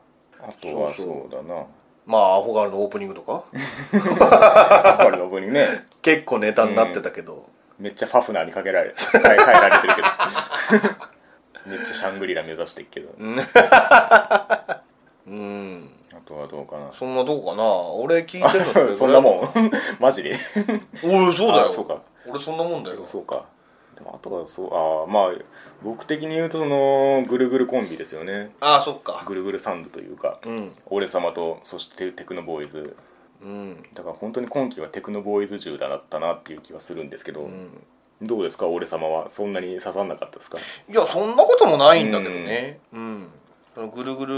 Speaker 1: とは
Speaker 2: そう
Speaker 1: そうだな
Speaker 2: まあアホガールのオープニングとか
Speaker 1: アホガールのオープニング [LAUGHS] ね
Speaker 2: 結構ネタになってたけど、
Speaker 1: めっちゃファフナーにかけられ変え変えられてるけど [LAUGHS] めっちゃシャングリラ目指してるけど [LAUGHS]
Speaker 2: うん、
Speaker 1: あとはどうかな
Speaker 2: そんなとこかな俺聞いてるの [LAUGHS]
Speaker 1: そそんなもん [LAUGHS] マジで
Speaker 2: ん俺そうだよ
Speaker 1: あそうか
Speaker 2: 俺そんなもんだ
Speaker 1: で
Speaker 2: よ
Speaker 1: もそうかでもあとはそうああまあ僕的に言うとそのぐるぐるコンビですよね
Speaker 2: ああそっか
Speaker 1: ぐるぐるサンドというか、
Speaker 2: うん
Speaker 1: 俺様とそしてテクノボーイズ
Speaker 2: うん
Speaker 1: だから本当に今期はテクノボーイズ中だったなっていう気はするんですけど、
Speaker 2: うん
Speaker 1: どうですか俺様はそんなに刺さんなかったですか
Speaker 2: いやそんなこともないんだけどねうん、そのぐるぐる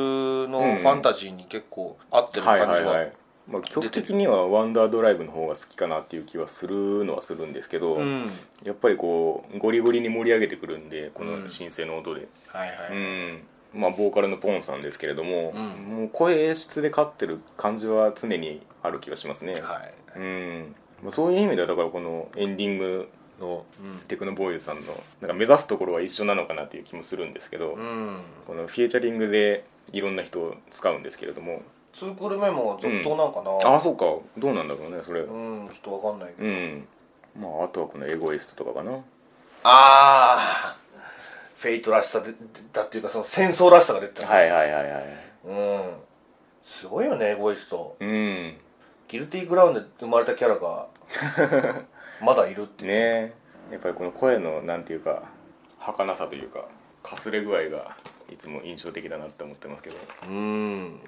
Speaker 2: の
Speaker 1: うん
Speaker 2: ファンタジーに結構合ってる感
Speaker 1: はい
Speaker 2: じは,、
Speaker 1: はいはいまあ、曲的には「ワンダードライブ」の方が好きかなっていう気はするのはするんですけど、
Speaker 2: うん
Speaker 1: やっぱりこうゴリゴリに盛り上げてくるんでこ
Speaker 2: う
Speaker 1: の
Speaker 2: ん
Speaker 1: 新生の音で、
Speaker 2: はいは
Speaker 1: う
Speaker 2: い、
Speaker 1: んまあ、ボーカルのポンさんですけれども、
Speaker 2: うん
Speaker 1: もう声質で勝ってる感じは常にある気がしますね、
Speaker 2: はい
Speaker 1: うんまあ、そういう意味ではだからこのエンディングの
Speaker 2: うん
Speaker 1: テクノボーイズさんのなんか目指すところは一緒なのかなっていう気もするんですけど、
Speaker 2: うん
Speaker 1: このフィーチャリングでいろんな人を使うんですけれども
Speaker 2: 2クール目も続投なんか
Speaker 1: あ
Speaker 2: な
Speaker 1: あそうかどうなんだろうねそれう
Speaker 2: うん、ちょっとわかんないけど、
Speaker 1: ん、まああとはこのエゴイストとかかな
Speaker 2: ああフェイトらしさででだっていうかその戦争らしさが出てた、
Speaker 1: はいはいはいはい
Speaker 2: うんすごいよねエゴイスト
Speaker 1: うん
Speaker 2: ギルティーグラウンドで生まれたキャラ [LAUGHS] がまだいるっていう
Speaker 1: ねやっぱりこの声のなんていうか儚さというかかすれ具合がいつも印象的だなって思ってますけど
Speaker 2: うん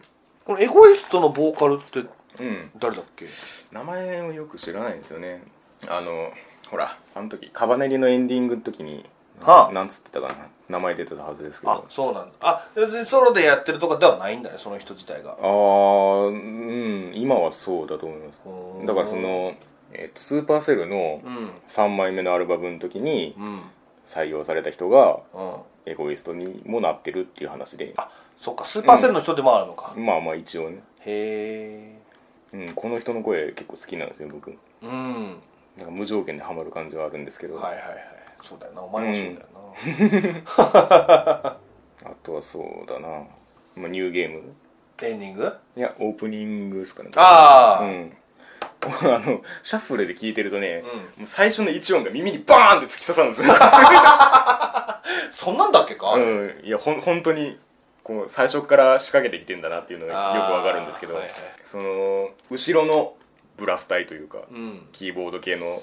Speaker 2: このエゴイストのボーカルって
Speaker 1: うん
Speaker 2: 誰だっけ
Speaker 1: 名前をよく知らないんですよねあのほらあの時カバネリのエンディングの時に
Speaker 2: はあ
Speaker 1: なんつってたかな名前出てたはずですけど
Speaker 2: あそうなんだあ別にソロでやってるとかではないんだねその人自体が
Speaker 1: あーうん今はそうだと思います
Speaker 2: ほう
Speaker 1: だからその、えっとスーパーセルの
Speaker 2: うん
Speaker 1: 3枚目のアルバムの時に
Speaker 2: うん
Speaker 1: 採用された人が
Speaker 2: うん
Speaker 1: エゴイストにもなってるっていう話で
Speaker 2: あそっかスーパーセルの人でもあるのか、
Speaker 1: まあまあ一応ね、
Speaker 2: へえ
Speaker 1: うん、この人の声結構好きなんですよ僕
Speaker 2: うんはい
Speaker 1: なんか無条件でハマる感じはあるんですけど、
Speaker 2: はいはいそうだよなお前もそうだよな、
Speaker 1: あとはそうだな、まあ、ニューゲーム
Speaker 2: エンディング
Speaker 1: いやオープニングですかね
Speaker 2: あー
Speaker 1: うん、 [LAUGHS] あのシャッフルで聴いてるとね、もう最初の1音が耳にバーンって突き刺さるん
Speaker 2: [LAUGHS]
Speaker 1: ですよ
Speaker 2: そんなんだっけか、
Speaker 1: うん、いやほん本当にこう最初から仕掛けてきてんだなっていうのが
Speaker 2: あー
Speaker 1: よくわかるんですけど、
Speaker 2: はいはい
Speaker 1: その後ろのブラス隊というか、
Speaker 2: うん
Speaker 1: キーボード系の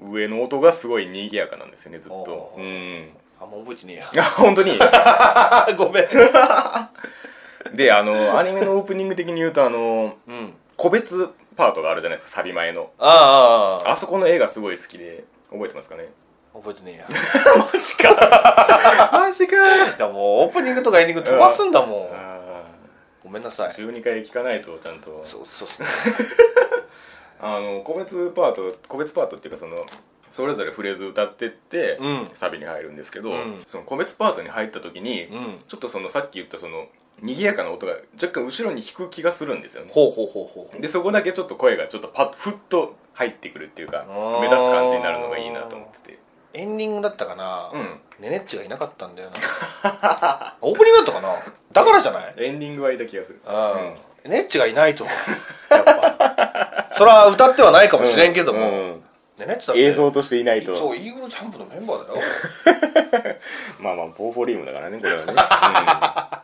Speaker 1: 上の音がすごい賑やかなんですよねずっと
Speaker 2: お
Speaker 1: う
Speaker 2: ー
Speaker 1: ん
Speaker 2: あんま覚えてねえや
Speaker 1: あ本当に
Speaker 2: あごめん
Speaker 1: であのアニメのオープニング的に言うとあの
Speaker 2: うん
Speaker 1: 個別パートがあるじゃないですかサビ前の
Speaker 2: あああ
Speaker 1: あそこの絵がすごい好きで覚えてますかね
Speaker 2: 覚えてねえや
Speaker 1: マジか [LAUGHS] マジか
Speaker 2: でもうオープニングとかエンディング飛ばすんだもん、
Speaker 1: あ
Speaker 2: ごめんなさ
Speaker 1: ー
Speaker 2: い
Speaker 1: 12回聞かないとちゃんと
Speaker 2: そうそうそう
Speaker 1: あの個別パート個別パートっていうかそのそれぞれフレーズ歌ってって、
Speaker 2: うん
Speaker 1: サビに入るんですけど、
Speaker 2: ん
Speaker 1: その個別パートに入った時に、
Speaker 2: うん
Speaker 1: ちょっとそのさっき言ったその賑やかな音が若干後ろに引く気がするんですよね
Speaker 2: ほうほうほうほう
Speaker 1: でそこだけちょっと声がちょっとパッとふっと入ってくるっていうか
Speaker 2: あー
Speaker 1: 目立つ感じになるのがいいなと思ってて
Speaker 2: エンディングだったかな、
Speaker 1: うん
Speaker 2: ネネッチがいなかったんだよなオープニングだったかな [LAUGHS] だからじゃない
Speaker 1: エンディングはいた気がする
Speaker 2: うん、ネッチがいないとやっぱそれは歌ってはないかもしれんけども、
Speaker 1: うんうん
Speaker 2: ネネッチだって
Speaker 1: 映像としていないと
Speaker 2: そうイーグルジャンプのメンバーだよ
Speaker 1: まあまあボーフォリウムだからねこれは
Speaker 2: [LAUGHS]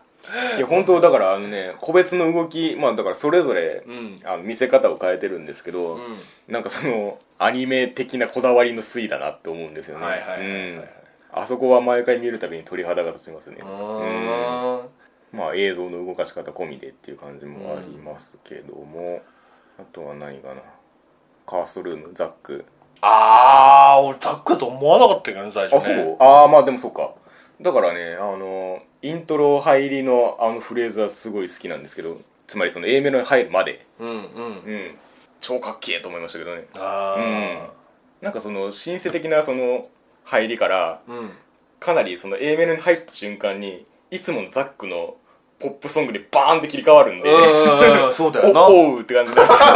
Speaker 1: ね、うん、いや本当だからあのね個別の動きまあだからそれぞれ、
Speaker 2: ん
Speaker 1: あの見せ方を変えてるんですけど、なんかそのアニメ的なこだわりの推だなって思うんですよね
Speaker 2: はいはいはいはいはい
Speaker 1: うんあそこは毎回見るたびに鳥肌が立ちますね
Speaker 2: う
Speaker 1: うん
Speaker 2: ーん
Speaker 1: まあ映像の動かし方込みでっていう感じもありますけども、あとは何かなカーストルームザック
Speaker 2: ああ俺ザックだと思わなかったけどね最初ね
Speaker 1: ああまあでもそうかだからねあのイントロ入りのあのフレーズはすごい好きなんですけどつまりその A メロに入るまで
Speaker 2: ううんう
Speaker 1: う
Speaker 2: ん
Speaker 1: ん超かっけえと思いましたけどね
Speaker 2: ああ
Speaker 1: なんかそのシンセ的なその入りから
Speaker 2: うん、
Speaker 1: かなりその A メロに入った瞬間にいつものザックのポップソングでバーンって切り替わるんで、
Speaker 2: うんうん、そうだよな
Speaker 1: おおうって感じなんですけど [LAUGHS]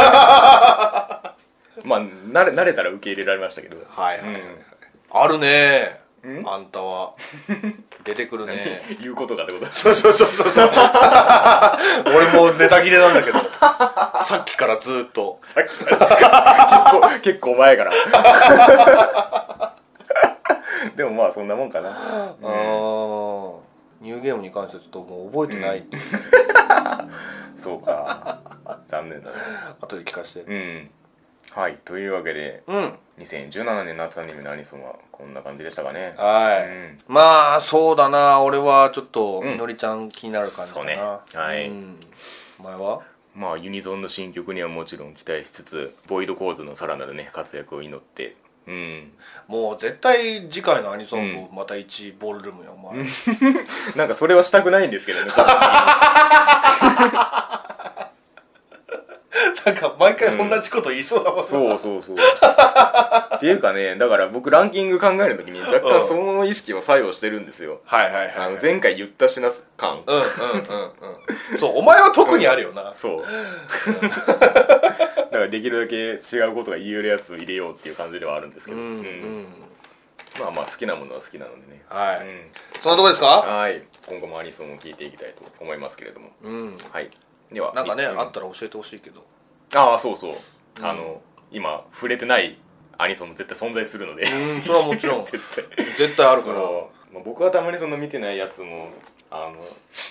Speaker 1: まあ慣れ慣れたら受け入れられましたけど
Speaker 2: はいはいはい、あるね
Speaker 1: ん
Speaker 2: あんた [LAUGHS] は出てくるね
Speaker 1: 言うことかってこと
Speaker 2: そうそうそうそう [LAUGHS] そう俺もうネタ切れなんだけ [LAUGHS] どさっきからずーっと
Speaker 1: さっきから結構結構前からでもまあそんなもんかな
Speaker 2: あーニューゲームに関してはちょっともう覚えてないっていう、
Speaker 1: そうか残念だね
Speaker 2: 後で聞かせて
Speaker 1: うんはいというわけで
Speaker 2: うん、
Speaker 1: 2017年夏アニメのアニソンはこんな感じでしたかね
Speaker 2: はい、
Speaker 1: うん
Speaker 2: まあそうだな俺はちょっと
Speaker 1: ん
Speaker 2: みのりちゃん気になる感じか
Speaker 1: そ
Speaker 2: な、
Speaker 1: うねはい
Speaker 2: うんお前は
Speaker 1: まあユニゾンの新曲にはもちろん期待しつつボイド構図のさらなるね活躍を祈ってうん
Speaker 2: もう絶対次回のアニソン部、また1ボールルームやお前、
Speaker 1: なんかそれはしたくないんですけどね
Speaker 2: [LAUGHS] なんか毎回同じこと言いそうだもん、
Speaker 1: そうそうそうっていうかねだから僕ランキング考える時に若
Speaker 2: うん
Speaker 1: 干その意識を作用してるんですよ
Speaker 2: はいはいは
Speaker 1: あ
Speaker 2: い、
Speaker 1: の前回言ったしな感
Speaker 2: うんうんうんうんそうお前は特にあるよな、 [LAUGHS]
Speaker 1: そうだからできるだけ違うことが言えるやつを入れようっていう感じではあるんですけど、
Speaker 2: うんう
Speaker 1: うん
Speaker 2: ん
Speaker 1: まあまあ好きなものは好きなのでね
Speaker 2: はい、
Speaker 1: うん
Speaker 2: そのとこですか
Speaker 1: はい今後もアニソンを聞いていきたいと思いますけれども
Speaker 2: うん
Speaker 1: はいでは
Speaker 2: なんかね、
Speaker 1: う
Speaker 2: あったら教えてほしいけど
Speaker 1: ああそうそう、あの今触れてないアニソンも絶対存在するので
Speaker 2: うんそれはもちろん
Speaker 1: [LAUGHS] 絶対
Speaker 2: 絶対あるから
Speaker 1: そうまあ、僕はたまにその見てないやつもあの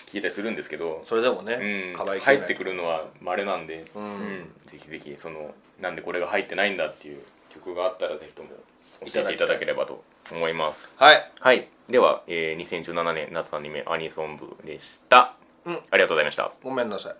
Speaker 1: 聞いたりするんですけど、
Speaker 2: それでもね、
Speaker 1: うん、
Speaker 2: 課題
Speaker 1: 入ってく
Speaker 2: る
Speaker 1: るのは稀なんで、
Speaker 2: うん
Speaker 1: ぜひぜひそのなんでこれが入ってないんだっていう曲があったらぜひとも教えていただければと思います
Speaker 2: はい
Speaker 1: はいでは、えー2017年夏アニメアニソン部でした、
Speaker 2: うん
Speaker 1: ありがとうございました
Speaker 2: ごめんなさい